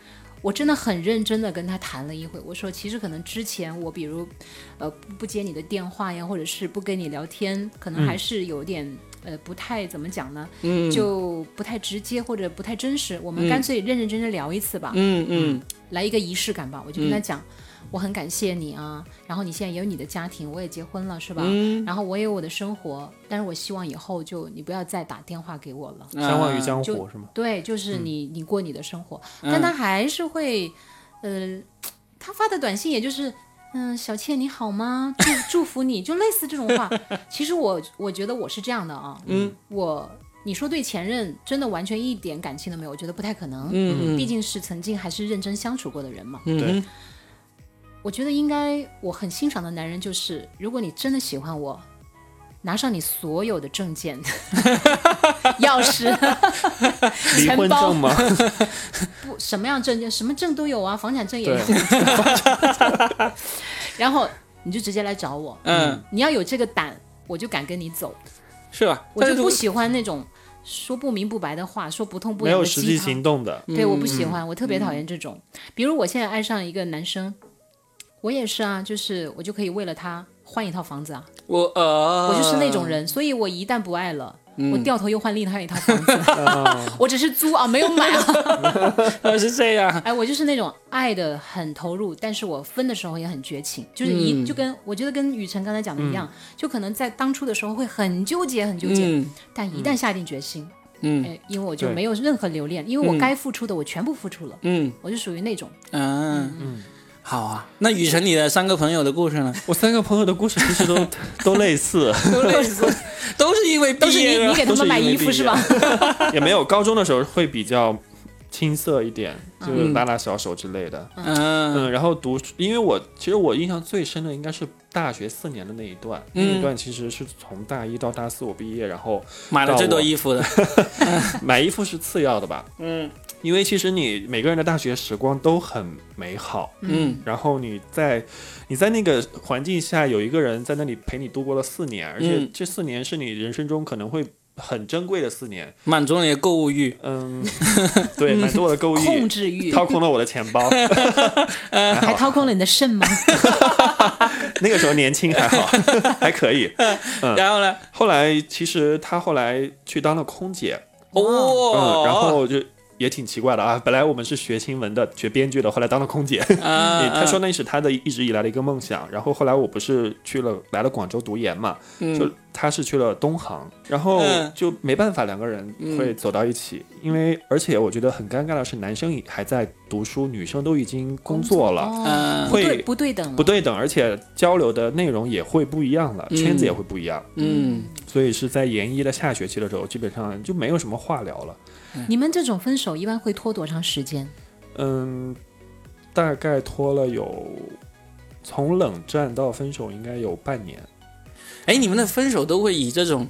S2: 我真的很认真的跟他谈了一回，我说其实可能之前我比如，呃不不接你的电话呀，或者是不跟你聊天，可
S3: 嗯
S2: 能还是有点、呃不太怎么讲呢，
S1: 嗯
S2: 就不太直接或者不太真实。我
S3: 嗯
S2: 们干脆认认真真聊一次吧，
S1: 嗯嗯
S2: 来一个仪式感吧。我就跟他讲，我很感谢你啊，然后你现在也有你的家庭，我也结婚了，是吧？
S1: 嗯
S2: 然后我也有我的生活，但是我希望以后就你不要再打电话给我了。
S3: 嗯
S1: 啊
S3: 相忘于江湖是吗？
S2: 对，就是
S1: 嗯
S2: 你、你过你的生活，但他还是会，呃，他发的短信也就是。嗯，小倩你好吗？祝 祝福你，就类似这种 话。其实我我觉得我是这样的啊，嗯，我你说对前任真的完全一点感情都没有，我觉得不太可能，
S1: 嗯嗯
S2: 毕竟是曾经还是认真相处过的人嘛。
S1: 嗯，
S2: 我觉得应该我很欣赏的男人就是，如果你真的喜欢我，拿上你所有的证件、 钥匙、
S3: 离婚证吗？
S2: 不什么样证件，什么证都有啊，房产证也有
S3: 对。
S2: 然后你就直接来找我，
S1: 嗯，
S2: 你要有这个胆，我就敢跟你走。
S1: 是吧？
S2: 我就不喜欢那种说不明不白的话，说不痛不
S3: 没
S2: 痒
S3: 有
S2: 的
S3: 实
S2: 鸡
S3: 际
S2: 汤。
S3: 行嗯动的，
S2: 对，我不喜欢，我特别讨厌这种。比如我现在爱上一个男生，我也是啊，就是我就可以为了他换一套房子啊，
S1: 我呃，
S2: 我就是那种人，所以我一旦不爱了。我掉头又换另外一套房子， 我只是租啊，没有买啊。
S1: 呃是这样，
S2: 哎，我就是那种爱的很投入，但是我分的时候也很绝情，就是一、就跟我觉得跟雨辰刚才讲的一样，就可能在当初的时候会很纠结，很纠结，
S1: 嗯
S2: 但一旦下定决心，
S1: 嗯
S2: 哎，因为我就
S3: 对
S2: 没有任何留恋，因为我该付出的我全部付出了，
S1: 嗯
S2: 我就属于那种，
S1: 嗯嗯，好啊，那雨辰你的三个朋友的故事呢？
S3: 我三个朋友的故事其实 都都类似，
S2: 都类似，
S1: 都是因为
S2: 都是
S1: 毕业
S2: 你你
S1: 了，
S2: 给他们买衣服是吧？
S3: 也没有。高中的时候会比较青涩一点，就是拉拉小手之类的。
S1: 嗯
S3: 嗯，然后读，因为我其实我印象最深的应该是大学四年的那一段，
S1: 嗯
S3: 那一段其实是从大一到大四我毕业，然后
S1: 买了最多衣服的，
S3: 买衣服是次要的吧，
S1: 嗯
S3: 因为其实你每个人的大学时光都很美好，
S1: 嗯
S3: 然后你在你在那个环境下有一个人在那里陪你度过了四年，而且
S1: 嗯
S3: 这四年是你人生中可能会很珍贵的四年，
S1: 满足了你的购物欲，
S3: 嗯， 对，满足我的购物
S2: 控
S3: 欲，
S2: 制欲，
S3: 掏空了我的钱包，
S2: 还
S3: 还
S2: 掏
S3: 好，
S2: 空了你的肾吗？
S3: 那个时候年轻还好， 还可以。嗯
S1: 然后呢？
S3: 后来其实他后来去当了空姐，
S1: 哦，
S3: 嗯，然后就也挺奇怪的啊。本来我们是学新闻的，学编剧的，嗯后来当了空姐。
S1: 啊，
S3: 他说那是他的一直以来的一个梦想。然后后来我不是去了来了广州读研嘛，就
S1: 嗯
S3: 他是去了东航，然后
S1: 嗯
S3: 就没办法两个人会走到一起，因为而且我觉得很尴尬的是，男生还在读书，女生都已经工作了。
S2: 哦
S1: 嗯
S2: 不对
S3: 会
S2: 不对等了，
S3: 不对等，而且交流的内容也会不一样了，
S1: 嗯
S3: 圈子也会不一样，
S1: 嗯，
S3: 所以是在研一的下学期的时候，基本上就没有什么话聊了。
S2: 你们这种分手一般会拖多长时间？
S3: 嗯，大概拖了有从冷战到分手应该有半年。
S1: 哎，你们的分手都会以这种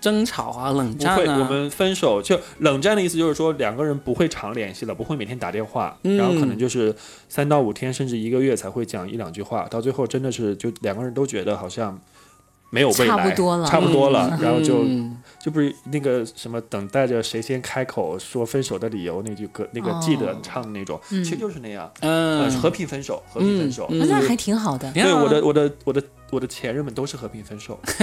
S1: 争吵啊、冷
S3: 不
S1: 战
S3: 会，
S1: 啊，
S3: 我们分手就冷战的意思就是说两个人不会常联系了，不会每天打电话，
S1: 嗯
S3: 然后可能就是三到五天甚至一个月才会讲一两句话，到最后真的是就两个人都觉得好像没有未来，
S2: 差不多了
S3: 差不多了
S1: 嗯
S3: 然后就
S1: 嗯
S3: 就不是那个什么等待着谁先开口说分手的理由那句歌，那个记得
S2: 哦
S3: 唱的那种，
S2: 嗯
S3: 其实就是那样，呃，
S1: 嗯
S3: 和平分手，和平分手。
S1: 嗯
S2: 啊那还挺好的，
S1: 挺
S3: 对，
S1: 好啊
S3: 我的我的我的我的前任们都是和平分手，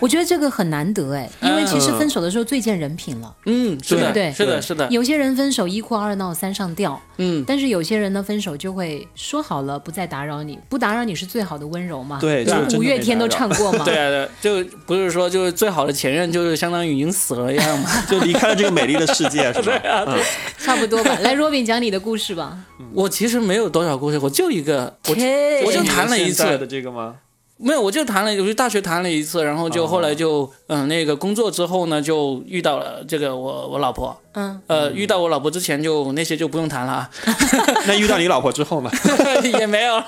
S2: 我觉得这个很难得哎，因为其实
S3: 嗯
S2: 分手的时候最见人品了。
S1: 嗯，是的，
S2: 对
S1: 是的，
S3: 对
S1: 是的，
S2: 有些人分手一哭二闹三上吊，
S1: 嗯
S2: 但是有些人呢，分手就会说好了不再打扰你，不打扰你是最好的温柔嘛。
S3: 对
S2: 就
S3: 这个真的
S2: 五月
S3: 没
S2: 天
S3: 打
S2: 都
S3: 扰
S2: 唱过 嘛。
S1: 对啊，对啊，就不是说就是最好的前任就是相当于已经死了一样 嘛。
S3: 就离开了这个美丽的世界，是吧？
S1: 啊
S3: 嗯
S2: 差不多吧。来，Robin 讲你的故事吧。
S1: 我其实没有多少故事，我就一个，我
S2: 切
S1: 我就谈了一次
S3: 现在的这个吗？
S1: 没有，我就谈了，我就大学谈了一次，然后就
S3: 哦
S1: 后来就嗯、那个工作之后呢，就遇到了这个我我老婆，
S2: 嗯，
S1: 呃，遇到我老婆之前就那些就不用谈了啊，
S3: 那遇到你老婆之后呢？
S1: 也没有了。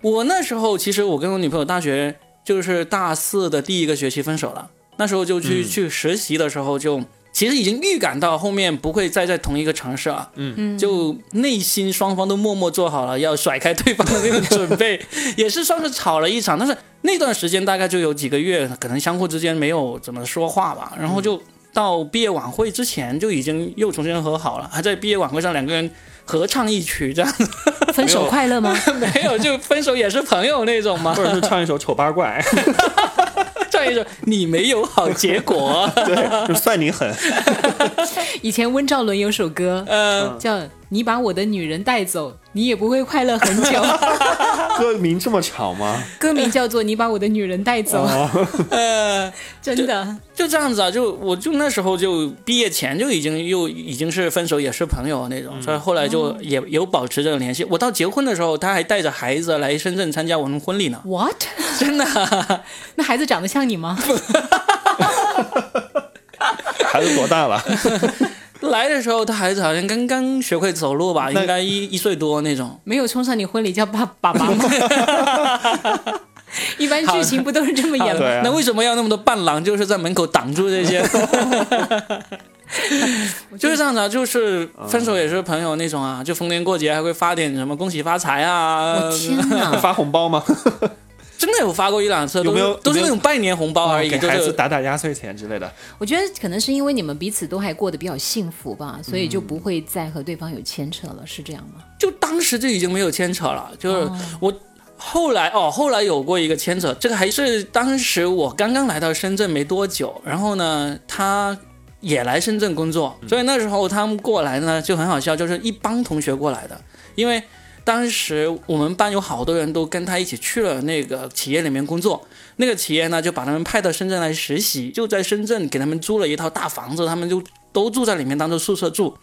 S1: 我那时候其实我跟我女朋友大学就是大四的第一个学期分手了，那时候就去、
S3: 嗯
S1: 去实习的时候就。其实已经预感到后面不会再在同一个城市啊，
S2: 嗯
S1: 就内心双方都默默做好了要甩开对方的那种准备，也是算是吵了一场。但是那段时间大概就有几个月，可能相互之间没有怎么说话吧，然后就到毕业晚会之前就已经又重新和好了，还在毕业晚会上两个人合唱一曲这样子，
S2: 嗯分手快乐吗？
S1: 没有就分手也是朋友那种嘛
S3: 或，者是唱一首《丑八怪
S1: 这样一种你没有好结 果，》，
S3: 对，就算你狠。
S2: 以前温兆伦有首歌
S1: 呃，
S2: 叫《你把我的女人带走，你也不会快乐很久》，
S3: 歌名这么长吗？
S2: 歌名叫做《你把我的女人带走》。
S1: 呃。
S2: 真的，
S1: 就这样子啊，就我就那时候就毕业前就已经又已经是分手也是朋友那种，所以后来就也有保持这种联系。我到结婚的时候，他还带着孩子来深圳参加我们婚 礼呢，
S2: What？
S1: 真的啊。
S2: 那孩子长得像你吗？
S3: 孩子多大了？
S1: 来的时候，他孩子好像刚刚学会走路吧，
S3: 那
S1: 应该一一岁多那种。
S2: 没有冲上你婚礼叫爸爸爸 吗？一般剧情不都是这么演吗？
S3: 对啊
S1: 那为什么要那么多伴郎？就是在门口挡住这 些，就是这样子啊，就是分手也是朋友那种啊，就逢年过节还会发点什么恭喜发财啊
S2: 我，天哪！
S3: 发红 包吗？
S1: 真的有哦发过一两次，
S3: 有没有
S1: 都是都是
S3: 有没有
S1: 那种拜年红包而已，
S3: 给
S1: 就
S3: 孩子
S1: 是
S3: 打打压岁钱之类的。
S2: 我觉得可能是因为你们彼此都还过得比较幸福
S1: 嗯
S2: 吧，所以就不会再和对方有牵扯了，是这样吗？哦
S1: 就当时就已经没有牵扯了，就是我。后来哦，后来有过一个牵扯，这个还是当时我刚刚来到深圳没多久，然后呢，他也来深圳工作，所以那时候他们过来呢就很好笑，就是一帮同学过来的，因为当时我们班有好多人都跟他一起去了那个企业里面工作，那个企业呢就把他们派到深圳来实习，就在深圳给他们租了一套大房子，他们就都住在里面当做宿舍住，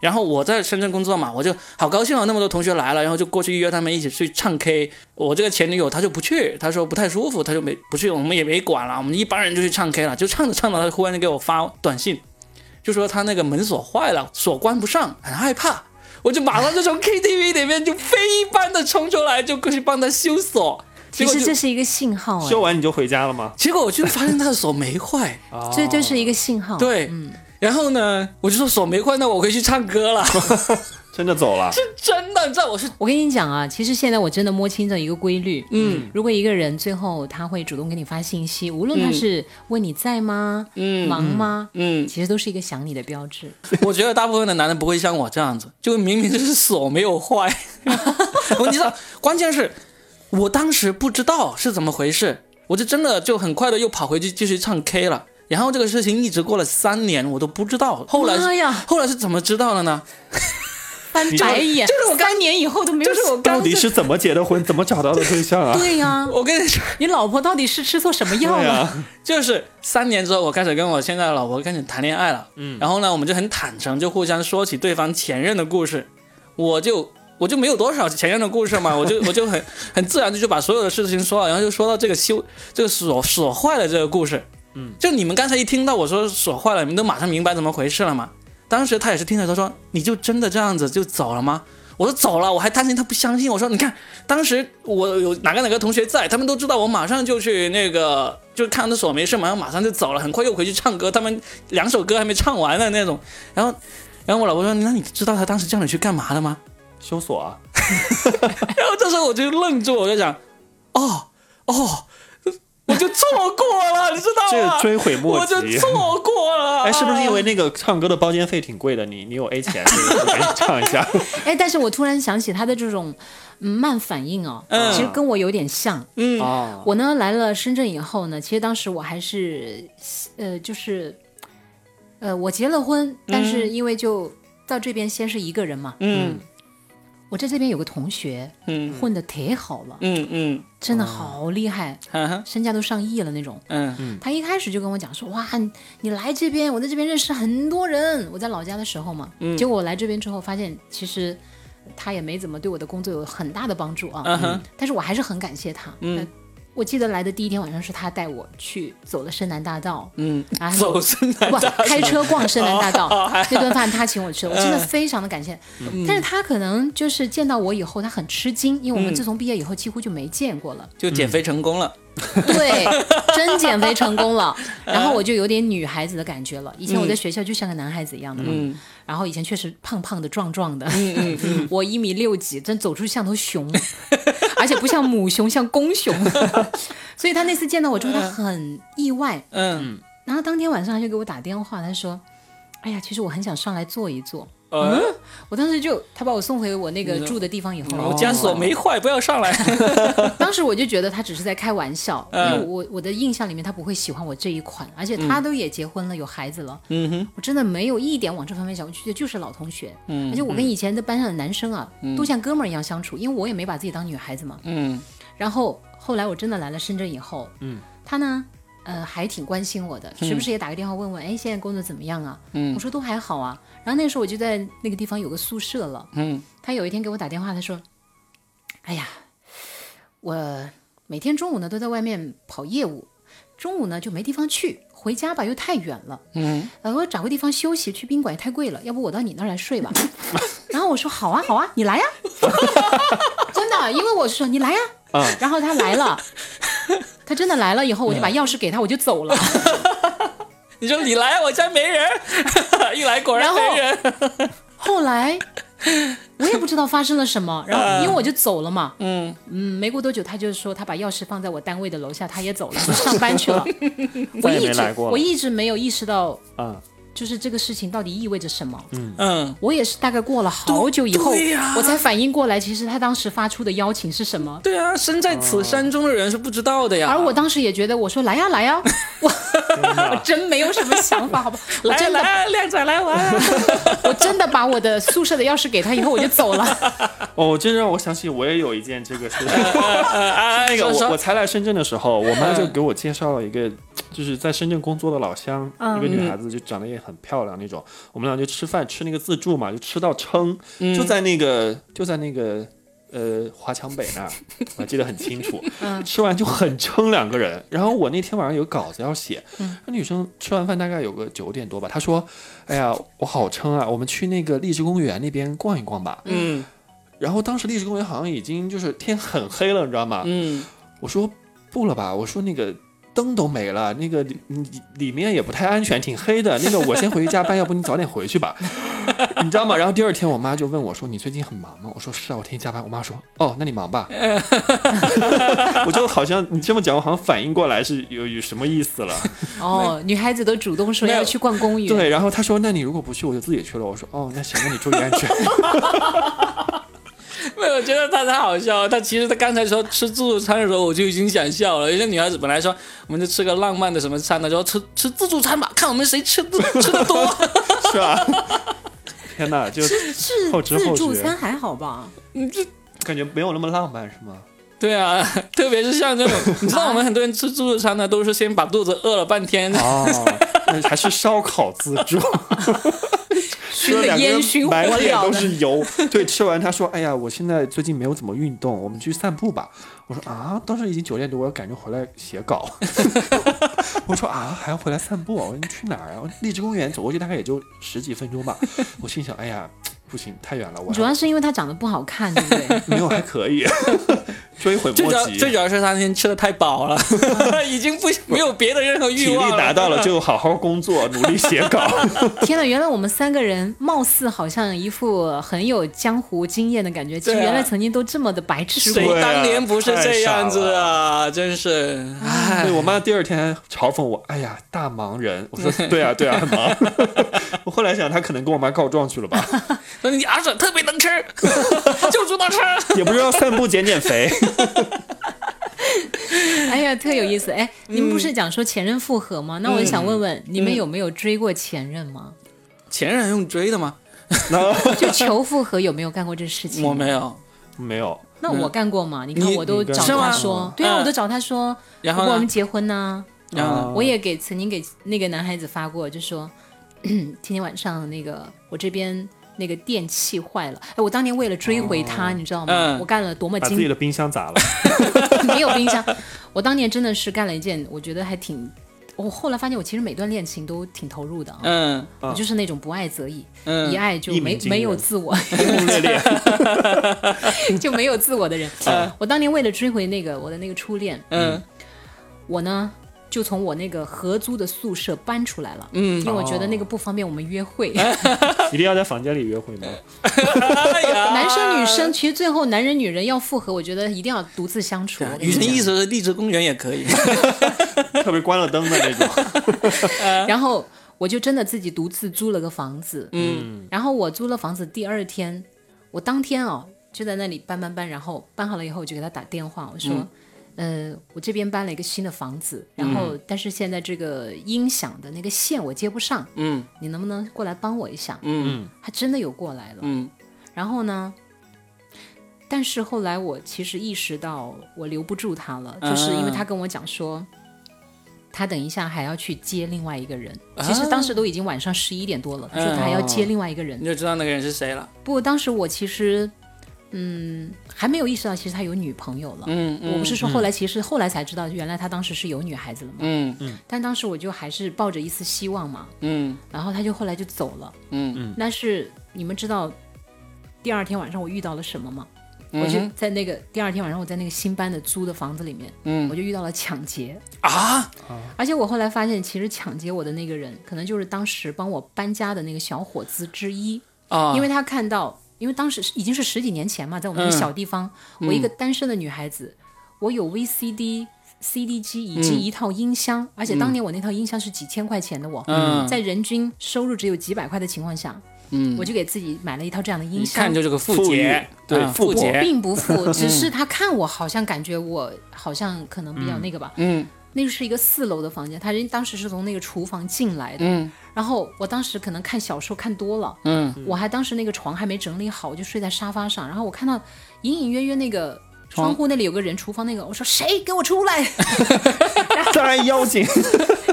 S1: 然后我在深圳工作嘛，我就好高兴啊，那么多同学来了，然后就过去约他们一起去唱 K。我这个前女友她就不去，她说不太舒服，她就没不去，我们也没管了，我们一帮人就去唱 K 了，就唱着唱着，她忽然就给我发短信，就说她那个门锁坏了，锁关不上，很害怕。我就马上就从 KTV 里面就飞一般的冲出来，就过去帮她修锁。
S2: 其
S1: 结果
S2: 实
S1: 就
S2: 这是一个信号哎
S3: 修，完你就回家了吗？
S1: 结果我就发现她的锁没 坏，
S2: 这这是一个信号。
S1: 对
S2: 哦嗯，
S1: 然后呢，我就说锁没坏，那我可以去唱歌 了。
S3: 真的走 了，
S1: 真的，你知道我是
S2: 我跟你讲啊，其实现在我真的摸清了一个规律，嗯，如果一个人最后他会主动给你发信息，无论他是问你在吗，嗯，忙吗，
S1: 嗯，
S2: 其实都是一个想你的标志。
S1: 我觉得大部分的男人不会像我这样子，就明明就是锁没有 坏。我你知道，关键是我当时不知道是怎么回事，我就真的就很快的又跑回去继续唱 K 了。然后这个事情一直过了三年，我都不知道。后来
S2: 妈
S1: 是
S2: 呀，
S1: 后来是怎么知道的呢？
S2: 翻白眼，就是我三年以后都没有，就是我
S3: 到底是怎么结的婚，怎么找到的对象 啊？
S2: 对呀，
S1: 我跟你说，
S2: 你老婆到底是吃错什么药
S3: 对
S2: 了？
S3: 啊，
S1: 就是三年之后，我开始跟我现在的老婆开始谈恋爱了。嗯，然后呢，我们就很坦诚，就互相说起对方前任的故事。我就我就没有多少前任的故事嘛，我 就我就很很自然的就把所有的事情说了，然后就说到这个修这个锁锁坏了这个故事。嗯，就你们刚才一听到我说锁坏了，你们都马上明白怎么回事了嘛。当时他也是听着，他说：“你就真的这样子就走了吗？”我说：“走了。”我还担心他不相信。我说：“你看，当时我有哪个哪个同学在，他们都知道我马上就去那个，就看他锁没事嘛，然后马上就走了，很快又回去唱歌，他们两首歌还没唱完呢那种。然后，然后我老婆说：‘那你知道他当时叫你去干嘛的吗
S3: 修锁啊，？’
S1: 然后这时候我就愣住，我就想：‘哦，哦，我就错过了，你知
S3: 这
S1: 道吗？’
S3: 追悔莫
S1: 我就
S3: 及。
S1: 错过了。
S3: 哎，是不是因为那个唱歌的包间费挺贵的？你你有 A 钱， 所以我给你唱一 下。
S2: 哎，但是我突然想起他的这种嗯慢反应哦，
S1: 嗯
S2: 其实跟我有点像。
S1: 嗯
S3: 哦，
S2: 我呢来了深圳以后呢，其实当时我还是，呃，就是，呃，我结了婚，但是因为就到这边先是一个人嘛，
S1: 嗯
S2: 我在这边有个同学
S1: 嗯
S2: 混的忒好了，
S1: 嗯嗯
S2: 真的好厉害，
S1: 哈哈
S2: 身价都上亿了那种。
S1: 嗯。”
S2: 他一开始就跟我讲说，哇，你你来这边，我在这边认识很多人。我在老家的时候嘛，
S1: 嗯
S2: 结果我来这边之后发现，其实他也没怎么对我的工作有很大的帮助啊。
S1: 嗯哼，
S2: 但是我还是很感谢他。嗯，我记得来的第一天晚上是他带我去走了深南大道，
S1: 嗯，
S2: 然后
S1: 走深南
S2: 不
S1: 大道哦
S2: 开车逛深南大道，那顿饭他请我吃，我真的
S1: 嗯
S2: 非常的感谢。但是他可能就是见到我以后，他很吃惊，因
S1: 嗯
S2: 为我们自从毕业以后几乎就没见过了。
S1: 就减肥成功了。
S2: 对，真减肥成功了。然后我就有点女孩子的感觉了。以前我在学校就像个男孩子一样的嘛，
S1: 嗯
S2: 然后以前确实胖胖的、壮壮的。 我一米六几，真走出像头熊，而且不像母熊，像公 熊。所以他那次见到我之后，他很意外。
S1: 嗯，
S2: 然后当天晚上他就给我打电话，他说：“哎呀，其实我很想上来坐一坐。”嗯
S1: 呃，嗯
S2: 我当时就他把我送回我那个住的地方以后，
S1: 哦我家锁没坏，不要上来。
S2: 当时我就觉得他只是在开玩笑，因
S1: 嗯
S2: 为我我的印象里面他不会喜欢我这一款，而且他都也结婚了，有孩子了，
S1: 嗯哼，
S2: 我真的没有一点往这方面想，我就觉得就是老同学，
S1: 嗯
S2: 而且我跟以前的班上的男生啊，都像哥们儿一样相处，因为我也没把自己当女孩子嘛。
S1: 嗯
S2: 然后后来我真的来了深圳以后，嗯，他呢，呃，还挺关心我的，时不时也打个电话问问，哎，现在工作怎么样啊？
S1: 嗯
S2: 我说都还好啊。然后那个时候我就在那个地方有个宿舍了，
S1: 嗯
S2: 他有一天给我打电话，他说：“哎呀，我每天中午呢都在外面跑业务，中午呢就没地方去，回家吧又太远了，
S1: 嗯，
S2: 呃，我找个地方休息，去宾馆也太贵了，要不我到你那儿来睡吧。” 然后我说：“好啊，好啊， 你来呀、真的，因为我是说你来呀、
S3: 嗯
S2: 然后他来了，他真的来了以后，我就把钥匙给他，我就走了。
S1: 你说你来，我家没人，一来果然没人。
S2: 后来我也不知道发生了什么，然后因为我就走了嘛，
S1: 嗯
S2: 嗯，没过多久他就说他把钥匙放在我单位的楼下，他也走了， 上班去了。我
S3: 再也
S2: 一
S3: 没来
S2: 直
S3: 过了
S2: 我一直没有意识到，
S3: 嗯，
S2: 就是这个事情到底意味着什么。
S1: 嗯，
S2: 我也是大概过了好久以后，
S1: 对呀
S2: 我才反应过来，其实他当时发出的邀请是什么。
S1: 对啊，身在此山中的人是不知道的呀。
S2: 而我当时也觉得，我说来呀啊 来呀，我我真没有什么想法，好吧？我
S1: 啊来啊
S2: 真的
S1: 来，靓仔来玩啊。
S2: 我真的把我的宿舍的钥匙给他以后，我就走了。
S3: 哦，这让我想起我也有一件这个事情。
S1: 哎，那个
S3: 我
S1: 我
S3: 我才来深圳的时候，我
S2: 嗯
S3: 妈就给我介绍了一个，就是在深圳工作的老乡，
S2: 嗯
S3: 一个女孩子，就长得也很漂亮那种。我们俩就吃饭吃那个自助嘛，就吃到撑，
S2: 嗯
S3: 就在那个就在那个呃华强北那儿，我记得很清楚。
S2: 嗯
S3: 吃完就很撑两个人。然后我那天晚上有稿子要写，
S2: 嗯
S3: 那女生吃完饭大概有个九点多吧，她说：“哎呀，我好撑啊，我们去那个荔枝公园那边逛一逛吧。”
S1: 嗯
S3: 然后当时荔枝公园好像已经就是天很黑了，你知道吗？
S1: 嗯
S3: 我说不了吧，我说那个灯都没了，那个里里里面也不太安全，挺黑的。那个我先回去加班，要 不你早点回去吧，你知道吗？然后第二天我妈就问我说：“你最近很忙吗？”我说：“是啊，我天天加班。”我妈说：“哦，那你忙 吧。”我就好像你这么讲，我好像反应过来是有有什么意思了。
S2: 哦，女孩子都主动说
S1: 没有
S2: 要去逛公园，
S3: 对，然后她说：“那你如果不去，我就自己去了。”我说：“哦，那行，那你注意安全。
S1: 没有，我觉得他太好笑了。他其实他刚才说吃自助餐的时候，我就已经想笑了。有些女孩子本来说我们就吃个浪漫的什么餐的，说吃吃自助餐吧，看我们谁吃自吃的多。”
S3: 是吧？天哪，就是
S4: 是
S3: 后知
S4: 自
S3: 后
S4: 助
S3: 觉
S4: 餐还好吧？
S3: 感觉没有那么浪漫，是吗？
S1: 对啊，特别是像这种，你知道我们很多人吃自助餐呢，都是先把肚子饿了半天，
S3: 哦，那还是烧烤自助，吃
S2: 熏
S3: 了
S2: 得
S3: 两个
S2: 烟
S3: 人
S2: 熏火
S3: 满脸
S2: 燎
S3: 都
S2: 的
S3: 是油。对，吃完他说：“哎呀，我现在最近没有怎么运动，我们去散步吧。”我说：“啊，当时已经九点多，我要赶着回来写稿。”我说：“啊，还要回来散步啊？我说你去哪儿啊？我说荔枝公园走过去大概也就十几分钟吧。”我心想：“哎呀，不行，太远了，我
S2: 主要是因为她长得不好看，对不 对？
S3: 没有还可以追悔
S1: 最
S3: 莫
S1: 主要
S3: 及，
S1: 最主要是他那天吃的太饱了， 已经 不没有别的任何
S3: 体
S1: 欲
S3: 力
S1: 望
S3: 达到了就好好工作，努力写稿。”
S2: 天呐，原来我们三个人貌似好像一副很有江湖经验的感觉，其实
S1: 对啊
S2: 原来曾经都这么的白痴
S1: 谁
S2: 过。
S3: 对啊
S1: 当年不是这样子
S3: 太傻
S1: 啊？真是，唉
S2: 哎
S3: 对，我妈第二天还嘲讽我，哎呀，大忙人。我说 对啊，对啊，很忙。 我后来想，她可能跟我妈告状去了吧，
S1: 说你儿子特别能吃， 就知道吃。
S3: 也不知道散步减减肥。
S2: 哎呀，特有意思！哎，你们不是讲说前任复合吗？那我就想问问，你们有没有追过前任吗？
S1: 前任用追的吗？
S3: 那
S2: 就求复合有没有干过这事情？
S1: 我没。有。
S3: 没有，
S2: 那我干过嘛？你看
S1: 你
S2: 我都
S3: 你干
S2: 找
S1: 过是吗
S2: 他说
S3: 嗯，
S2: 对啊，
S1: 嗯
S2: 我都找他说，
S1: 然后
S2: 我们
S1: 呢？
S2: 结婚呐。
S1: 然后呢？
S3: 啊
S2: 我也给曾经给那个男孩子发过，就说 今天晚上那个我这边那个电器坏了。哎，我当年为了追回他，你知道吗？
S1: 嗯
S2: 我干了多么
S3: 哦把自己
S2: 精
S3: 的冰箱砸了。
S2: 没有冰箱，我当年真的是干了一件我觉得还挺。我后来发现，我其实每段恋情都挺投入的啊，
S1: 嗯
S2: 我就是那种不爱则已，一
S1: 嗯
S2: 爱就
S3: 一鸣
S2: 没
S3: 惊人
S2: 没有自我，
S3: 轰轰烈烈，
S2: 就没有自我的人。
S3: 嗯
S2: 我当年为了追回那个我的那个初恋，
S1: 嗯
S2: 我呢就从我那个合租的宿舍搬出来了，因
S1: 嗯。
S2: 为我
S3: 哦
S2: 觉得那个不方便我们约会。
S3: 嗯一定要在房间里约会吗？嗯
S1: 哎呀
S2: 男生女生其实最后男人女人要复合，我觉得一定要独自相处。我跟
S1: 雨
S2: 你
S1: 婷
S2: 讲
S1: 意思是荔枝公园也可以。
S3: 特别关了灯的那种。
S2: 然后我就真的自己独自租了个房子，嗯，然后我租了房子第二天，我当天哦就在那里搬搬搬，然后搬好了以后我就给他打电话，我
S1: 嗯
S2: 说。呃，我这边搬了一个新的房子，然
S1: 嗯
S2: 后但是现在这个音响的那个线我接不上，
S1: 嗯
S2: 你能不能过来帮我一下？
S1: 嗯
S2: 他真的有过来了，
S1: 嗯
S2: 然后呢，但是后来我其实意识到我留不住他了，就是
S1: 嗯
S2: 因为他跟我讲说，他等一下还要去接另外一个人。
S1: 啊
S2: 其实当时都已经晚上十一点多了，他
S1: 嗯
S2: 说他还要
S1: 哦
S2: 接另外一个人
S1: 你。就知道那个人是谁了。
S2: 不过当时我其实，嗯，还没有意识到其实他有女朋友了。
S1: 嗯
S2: 我不是说后来，其实后来才知道，原来他当时是有女孩子了嘛。
S1: 嗯
S2: 但当时我就还是抱着一丝希望嘛，
S1: 嗯
S2: 然后他就后来就走了。
S1: 嗯
S2: 但是你们知道第二天晚上我遇到了什么吗？
S1: 嗯
S2: 我就在那个第二天晚上，我在那个新搬的租的房子里面，我
S1: 嗯
S2: 就遇到了抢劫。
S1: 啊
S2: 而且我后来发现，其实抢劫我的那个人，可能就是当时帮我搬家的那个小伙子之一，
S1: 啊！
S2: 因为他看到，因为当时已经是十几年前嘛，在我们那
S1: 嗯
S2: 个小地方，我一个单身的女孩子，我有 VCD。CD 机以
S1: 嗯
S2: 及一套音箱，而且当年我那套音箱是几千块钱的我，
S1: 嗯
S2: 在人均收入只有几百块的情况下，
S1: 嗯
S2: 我就给自己买了一套这样的音
S1: 一看
S2: 箱。
S1: 就是个富杰，
S3: 富裕对
S1: 啊
S3: 富
S1: 富
S3: 婆
S2: 我
S1: 杰。
S2: 并不富，只是他看我好像感觉我好像可能比较那个吧，
S1: 嗯
S2: 那是一个四楼的房间，他人当时是从那个厨房进来的。
S4: 嗯
S2: 然后我当时可能看小说看多了，
S4: 嗯，
S2: 我还当时那个床还没整理好，我就睡在沙发上，然后我看到隐隐约约那个
S4: 窗
S2: 窗户那里有个人，厨房那个，我说谁给我出来？
S3: 当然妖精，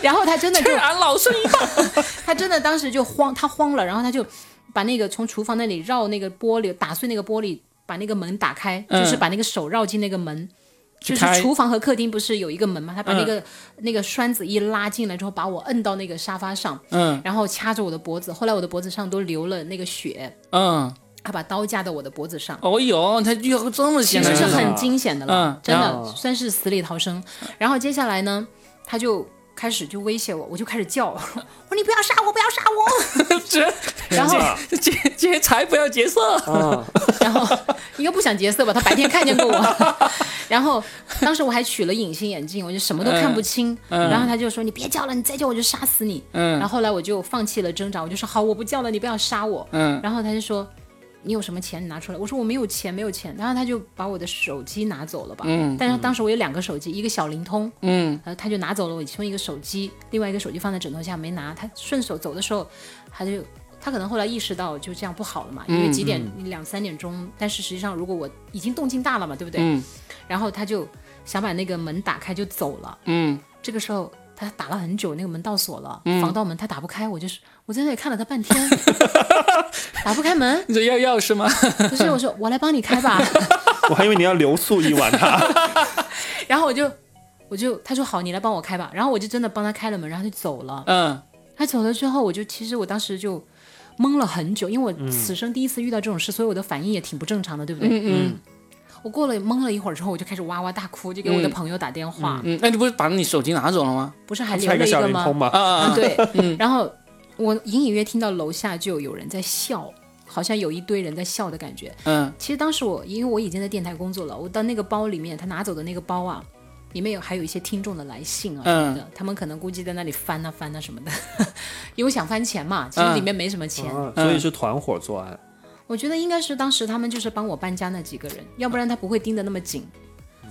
S2: 然后他真的就
S4: 对俺老孙一棒。
S2: 他真的当时就慌，他慌了，然后他就把那个从厨房那里绕那个玻璃，打碎那个玻璃，把那个门打开，
S4: 嗯
S2: 就是把那个手绕进那个门。
S4: 去嗯
S2: 就是
S4: 开
S2: 厨房和客厅不是有一个门嘛？他把那个、那个栓子一拉进来之后，把我摁到那个沙发上，
S4: 嗯
S2: 然后掐着我的脖子。后来我的脖子上都流了那个血，
S4: 嗯，
S2: 他把刀架到我的脖子上。
S4: 哦呦，他遇到这么
S2: 其
S4: 简单
S2: 实
S4: 的
S2: 是
S4: 事
S2: 很
S4: 情，
S2: 惊险的
S4: 嗯
S2: 了，真
S4: 然
S2: 的算是死里逃生。然后接下来呢，他就开始就威胁我，我就开始叫，我说你不要杀我，不要 杀我。
S4: 这
S2: 然后
S4: 劫劫财不要劫色。
S3: 啊，
S2: 然后应该不想劫色吧？他白天看见 过我，然后当时我还取了隐形眼镜，我就什么都看
S4: 嗯
S2: 不清。然后他就说：“你别叫了，你再叫我就杀死你。”
S4: 嗯
S2: 然后后来我就放弃了挣扎，我就说：“好，我不叫了，你不要杀我。”
S4: 嗯
S2: 然后他就说：“你有什么钱？你拿出来。”我说：“我没有钱，没有钱。”然后他就把我的手机拿走了吧。
S4: 嗯
S2: 但是当时我有两个手机，一个小灵通，
S4: 嗯
S2: 呃，他就拿走了我其中一个手机，另外一个手机放在枕头下没拿。他顺手走的时候，他就他可能后来意识到就这样不好了
S4: 嗯
S2: 嘛，因为几点、两三点钟，但是实际上如果我已经动静大了嘛，对不对？
S4: 嗯
S2: 然后他就想把那个门打开就走了。
S4: 嗯
S2: 这个时候他打了很久，那个门到锁了，防盗门他打不开，我就是我在那里看了他半天， 打不开门，
S4: 你这要钥匙吗？
S2: 不是我说我来帮你开吧，
S3: 我还以为你要留宿一晚呢。
S2: 然后我就我就他说好，你来帮我开吧，然后我就真的帮他开了门，然后他就走了。
S4: 嗯
S2: 他走了之后，我就其实我当时就懵了很久，因为
S3: 嗯
S2: 我此生第一次遇到这种事，所以我的反应也挺不正常的，对不对？
S4: 嗯
S2: 我过了懵了一会儿之后，我就开始哇哇大哭，就给我的朋友打电话，
S4: 嗯，那你不是把你手机拿走了吗？
S2: 不是还 留
S3: 下一
S2: 了
S3: 个
S2: 一
S3: 小
S2: 个
S3: 灵
S2: 吗？
S3: 通嘛，
S4: 啊啊
S2: 啊，对，然后我隐隐约听到楼下就有人在笑，好像有一堆人在笑的感觉。
S4: 嗯
S2: 其实当时我因为我已经在电台工作了，我到那个包里面，他拿走的那个包啊，里面有还有一些听众的来信啊什么的，他们可能估计在那里翻啊翻啊什么的， 因为我想翻钱嘛，其实里面没什么钱。
S3: 啊所以是团伙作 案。
S2: 我觉得应该是当时他们就是帮我搬家那几个人，要不然他不会盯得那么紧。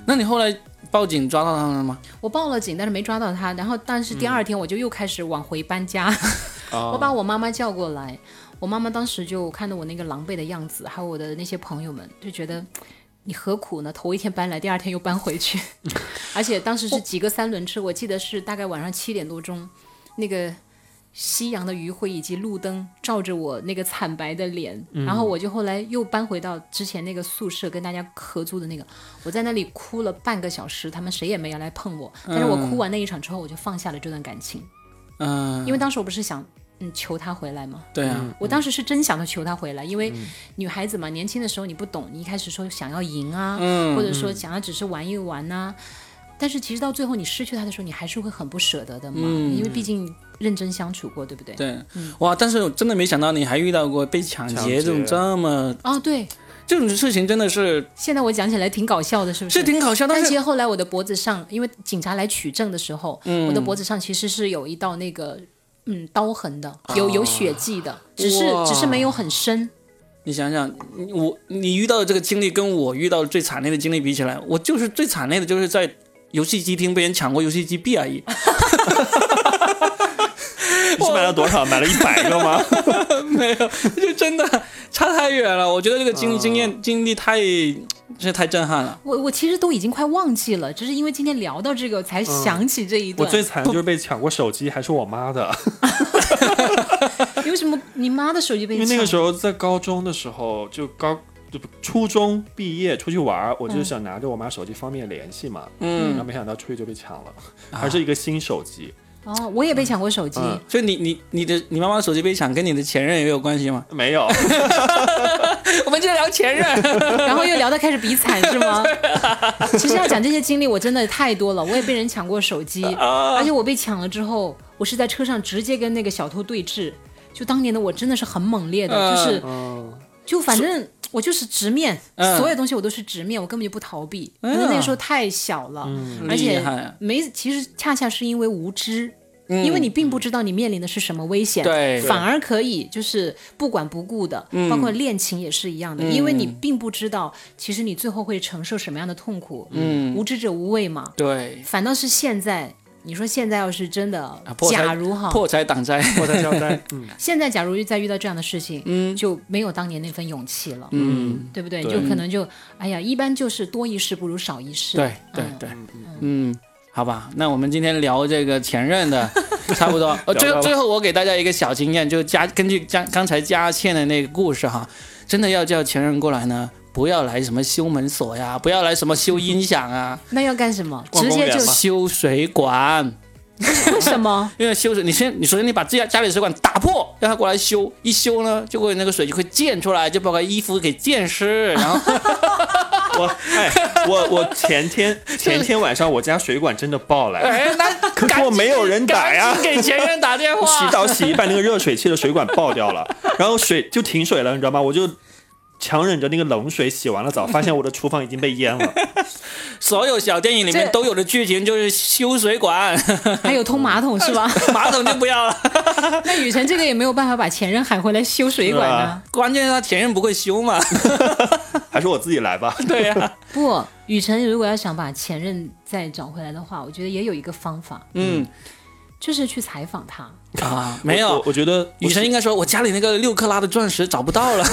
S4: 那你后来报警抓到他们了吗？
S2: 我报了警，但是没抓到他。然后，但是第二天我就又开始往回搬家。 我把我妈妈叫过来，我妈妈当时就看到我那个狼狈的样子，还有我的那些朋友们，就觉得你何苦呢？头一天搬来，第二天又搬回去， 而且当时是几个三轮车，我记得是大概晚上七点多钟，那个。夕阳的余晖以及路灯照着我那个惨白的脸，然后我就后来又搬回到之前那个宿舍，跟大家合租的那个，我在那里哭了半个小时，他们谁也没有来碰我。但是我哭完那一场之后，我就放下了这段感情，
S4: 嗯，
S2: 因为当时我不是想嗯求他回来吗？
S4: 对啊，
S2: 我当时是真想要求他回来，因为女孩子嘛，年轻的时候你不懂，你一开始说想要赢啊，或者说想要只是玩一玩呐、但是其实到最后你失去他的时候，你还是会很不舍得的嘛，因为毕竟认真相处过，对不对？
S4: 对，
S2: 嗯
S4: 哇！但是我真的没想到你还遇到过被抢
S3: 抢
S4: 劫这种
S3: 劫
S4: 这么
S2: 哦，对，
S4: 这种事情，真的是
S2: 现在我讲起来挺搞笑的，是不
S4: 是挺搞笑，但
S2: 但其
S4: 是
S2: 实后来我的脖子上，因为警察来取证的时候，
S3: 嗯
S2: 我的脖子上其实是有一道那个嗯刀痕的，
S3: 啊
S2: 有有血迹的，只是
S4: 哇
S2: 只是没有很深。
S4: 你想想，你我你遇到的这个经历跟我遇到的最惨烈的经历比起来，我就是最惨烈的就是在游戏机厅被人抢过游戏机币而已，
S3: 你是买了多少？买了一百 个吗？
S4: 没有， 就真的差太远了。我觉得这个经经验经历太这太震撼了。
S2: 我我其实都已经快忘记了，只是因为今天聊到这个才想起这一
S3: 嗯我
S2: 段。
S3: 最惨的就是被抢过手机，还是我妈的。
S2: 为什么你妈的手机被
S3: 因
S2: 你
S3: 为
S2: 抢？
S3: 那个时候在高中的时候，就高就不初中毕业出去玩儿，我就想拿着我妈手机方便联系嘛，
S4: 嗯
S3: 然后没想到出去就被抢了，还是一个新手机，
S2: 哦，我也被抢过手机。
S3: 嗯
S4: 就你你你的你妈妈的手机被抢，跟你的前任也有关系吗？
S3: 没有，
S4: 我们就聊前 任。
S2: 然后又聊得开始比惨是吗？
S4: 啊
S2: 其实要讲这些经历，我真的太多了。我也被人抢过 手机，
S4: 啊
S2: 而且我被抢了之后，我是在车上直接跟那个小偷对峙。就当年的我真的是很猛烈的，
S4: 嗯
S2: 就是
S3: 嗯，
S2: 就反正我就是直面，
S4: 嗯
S2: 所有东西我都是直面，我根本就不逃避，因为那个时候太小了，
S1: 嗯
S2: 而
S4: 厉
S2: 且
S4: 害啊
S2: 没其实恰恰是因为无知。因为你并不知道你面临的是什么危
S4: 嗯
S2: 险，
S4: 对
S2: 反而可以就是不管不顾的，包括恋情也是一样的，因为你并不知道其实你最后会承受什么样的痛苦，嗯，无知者无畏嘛，
S4: 对，
S2: 反倒是现在你说现在要是真的
S1: 啊，破财
S2: 假如哈，
S1: 破财挡灾，
S3: 我在交代，嗯，
S2: 现在假如再遇到这样的事情，
S1: 嗯
S2: 就没有当年那份勇气了，
S1: 嗯，
S2: 对不对？
S3: 对
S2: 就可能就哎呀，一般就是多一事不如少一事。
S1: 对对
S2: 嗯
S1: 对，嗯。好吧，那我们今天聊这个前任的差不多。呃，最
S3: 聊
S1: 后
S3: 到了
S1: 最后我给大家一个小经验，就佳根据佳刚才佳倩的那个故事哈，真的要叫前任过来呢，不要来什么修门锁呀，不要来什么修音响啊，
S2: 那要干什么？
S3: 逛
S2: 直
S3: 公
S2: 接
S3: 园
S2: 就
S3: 嘛
S1: 修水管。
S2: 为什么？
S1: 因为修水，你先，你首先你把自家家里的水管打破，让他过来修，一修呢，就会那个水就会溅出来，就把个衣服给溅湿，然后
S3: 我哎，我我前天前天晚上我家水管真的爆了，
S1: 哎，那
S3: 可 是
S1: 赶紧
S3: 我没有人打呀
S1: 赶紧给前任打电话，
S3: 洗澡洗一半，那个热水器的水管爆掉了，然后水就停水了，你知道吗？我就强忍着那个冷水洗完了澡，发现我的厨房已经被淹了。
S1: 所有小电影里面
S2: 这
S1: 都有的剧情就是修水管，
S2: 还有通马桶是吧？
S1: 马桶就不要了。
S2: 那雨辰这个也没有办法把前任喊回来修水管
S3: 是
S2: 呢
S3: 吧。
S1: 关键是他前任不会修嘛，
S3: 还是我自己来吧。
S1: 对呀、
S2: 不，雨辰如果要想把前任再找回来的话，我觉得也有一个方法，
S1: 嗯
S2: 就是去采访他。
S1: 啊，没
S3: 我
S1: 有
S3: 我。我觉得
S1: 雨神应该说：“我家里那个六克拉的钻石找不到 了，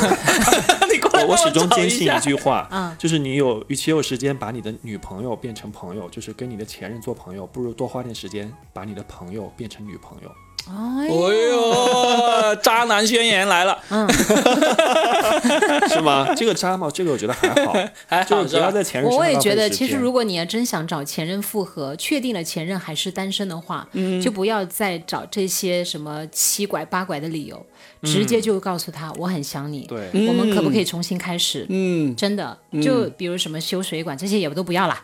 S1: 你过来帮
S3: 我我
S1: 我
S3: 始终
S1: 找
S3: 坚信
S1: 下
S3: 一句话，
S2: 嗯
S3: 就是你有，与其有时间把你的女朋友变成朋友，就是跟你的前任做朋友，不如多花点时间把你的朋友变成女朋友。
S2: 哎
S1: 哎呦，渣男宣言来了，
S2: 嗯，
S3: 是吗？这个渣嘛，这个我觉得 还好，
S1: 还哎好
S3: 就是
S1: 是
S3: 不要
S1: 吧？
S3: 在前任身
S2: 我
S3: 上
S2: 我也
S3: 浪费
S2: 觉得，
S3: 时
S2: 其实
S3: 间
S2: 如果你要真想找前任复合，确定了前任还是单身的话，就不要再找这些什么七拐八拐的理由，直接就告诉他我很想你，
S3: 对，
S2: 我们可不可以重新开始？
S1: 嗯，
S2: 真的，就比如什么修水管这些也都不要啦。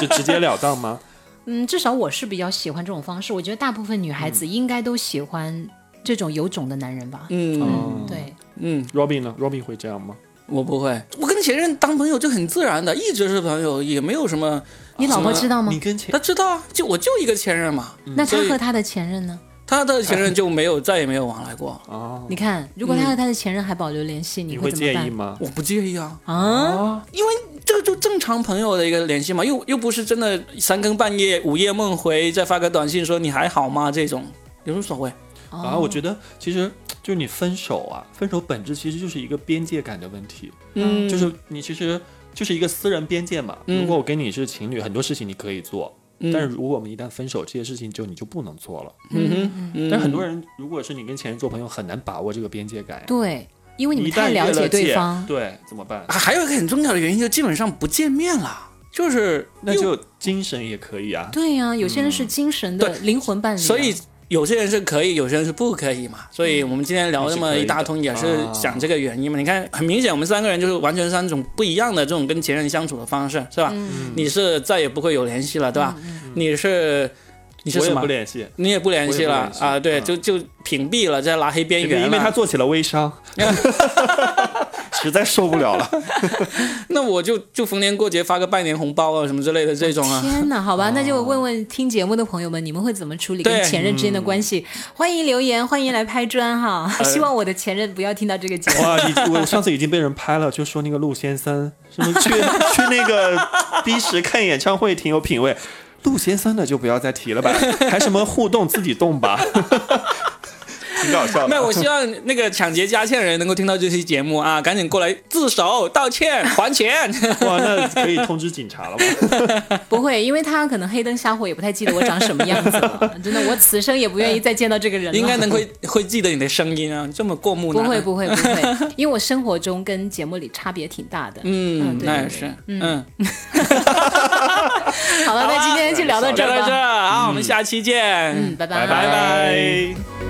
S3: 是直截了当吗？
S2: 嗯，至少我是比较喜欢这种方式。我觉得大部分女孩子应该都喜欢这种有种的男人吧。
S1: 嗯
S3: 嗯，
S2: 对，
S1: 嗯，
S3: Robin 呢？Robin 会这样吗？
S1: 我不会，我跟前任当朋友就很自然的，一直是朋友，也没有什么。
S2: 你老婆知道吗
S3: 你？跟前
S1: 他知道啊，就我就一个前任嘛，
S2: 那
S1: 所
S2: 他
S1: 以嗯
S2: 和他的前任呢？
S1: 他的前任就没有再也没有往来 过，
S3: 哦，
S2: 你看，如果他和他的前任还保留联系，
S3: 你
S2: 会
S3: 会
S2: 怎么
S3: 介意
S2: 办？
S3: 吗？哦
S1: 我不介意啊，
S2: 啊，
S1: 因为这就正常朋友的一个联系嘛，又又不是真的三更半夜午夜梦回再发个短信说你还好吗这种。有什么所谓？
S3: 啊，
S2: 哦
S3: 我觉得其实就是你分手啊，分手本质其实就是一个边界感的问题，
S1: 嗯
S3: 就是你其实就是一个私人边界嘛。
S1: 嗯
S3: 如果我跟你是情侣，很多事情你可以做，
S1: 嗯
S3: 但是如果我们一旦分手，这些事情就你就不能做了。
S1: 嗯哼，嗯
S3: 但很多人如果是你跟前任做朋友，很难把握这个边界感呀。
S2: 对，因为你
S3: 一
S2: 们
S3: 旦
S2: 太
S3: 越
S2: 了解对方，
S3: 对，怎么办？
S1: 啊还有一个很重要的原因，就基本上不见面了，就是
S3: 那
S1: 又
S3: 就精神也可以啊。
S2: 对呀、有些人是精神的、
S1: 对
S2: 灵魂伴侣啊，
S1: 所以有些人是可以，有些人是不可以嘛。所以我们今天聊这么一大通，也嗯是讲这个原因嘛。你看，很明显，我们三个人就是完全三种不一样的这种跟前任相处的方式，是
S2: 嗯
S1: 吧？
S3: 嗯
S1: 你是再也不会有联系了，对吧？你是你是
S3: 我
S1: 什
S3: 也
S1: 么
S3: 不？联系，
S1: 你也不联系了
S3: 我也不联系
S1: 啊？对，
S3: 嗯
S1: 就就屏蔽了，再拉黑边缘了。啊
S3: 因为他做起了微 商，实在受不了了。
S1: 那我就就逢年过节发个拜年红包啊什么之类的这种啊。
S2: 天哪，好吧，那就问问听节目的朋友们，你们会怎么处理
S1: 对嗯
S2: 跟前任之间的关系？欢迎留言，欢迎来拍砖哈！
S1: 呃
S2: 希望我的前任不要听到这个节目。
S3: 哇，你我上次已经被人拍了，就说那个陆先生什么去去那个 B 十看演唱会挺有品位，陆先生的就不要再提了吧，还什么互动自己动吧， 挺搞笑
S1: 那
S3: 的。
S1: 我希望那个抢劫佳倩人能够听到这期节目啊，赶紧过来自首道歉还钱。
S3: 哇，那可以通知警察了吧？
S2: 不会，因为他可能黑灯瞎火，也不太记得我长什么样 子了。真的，我此生也不愿意再见到这个人了。
S1: 应该 能会会记得你的声音啊，这么过目
S2: 不
S1: 呢？
S2: 会，不会，不会， 因为我生活中跟节目里差别挺大的。
S1: 嗯
S2: 嗯，对
S1: 那
S2: 对
S1: 也
S2: 对
S1: 是，嗯，
S2: 好了，那今天就聊到这
S1: 聊
S2: 儿
S1: 到这
S2: 吧。嗯
S1: 儿啊，我们下期见，
S2: 嗯，拜
S3: 拜拜。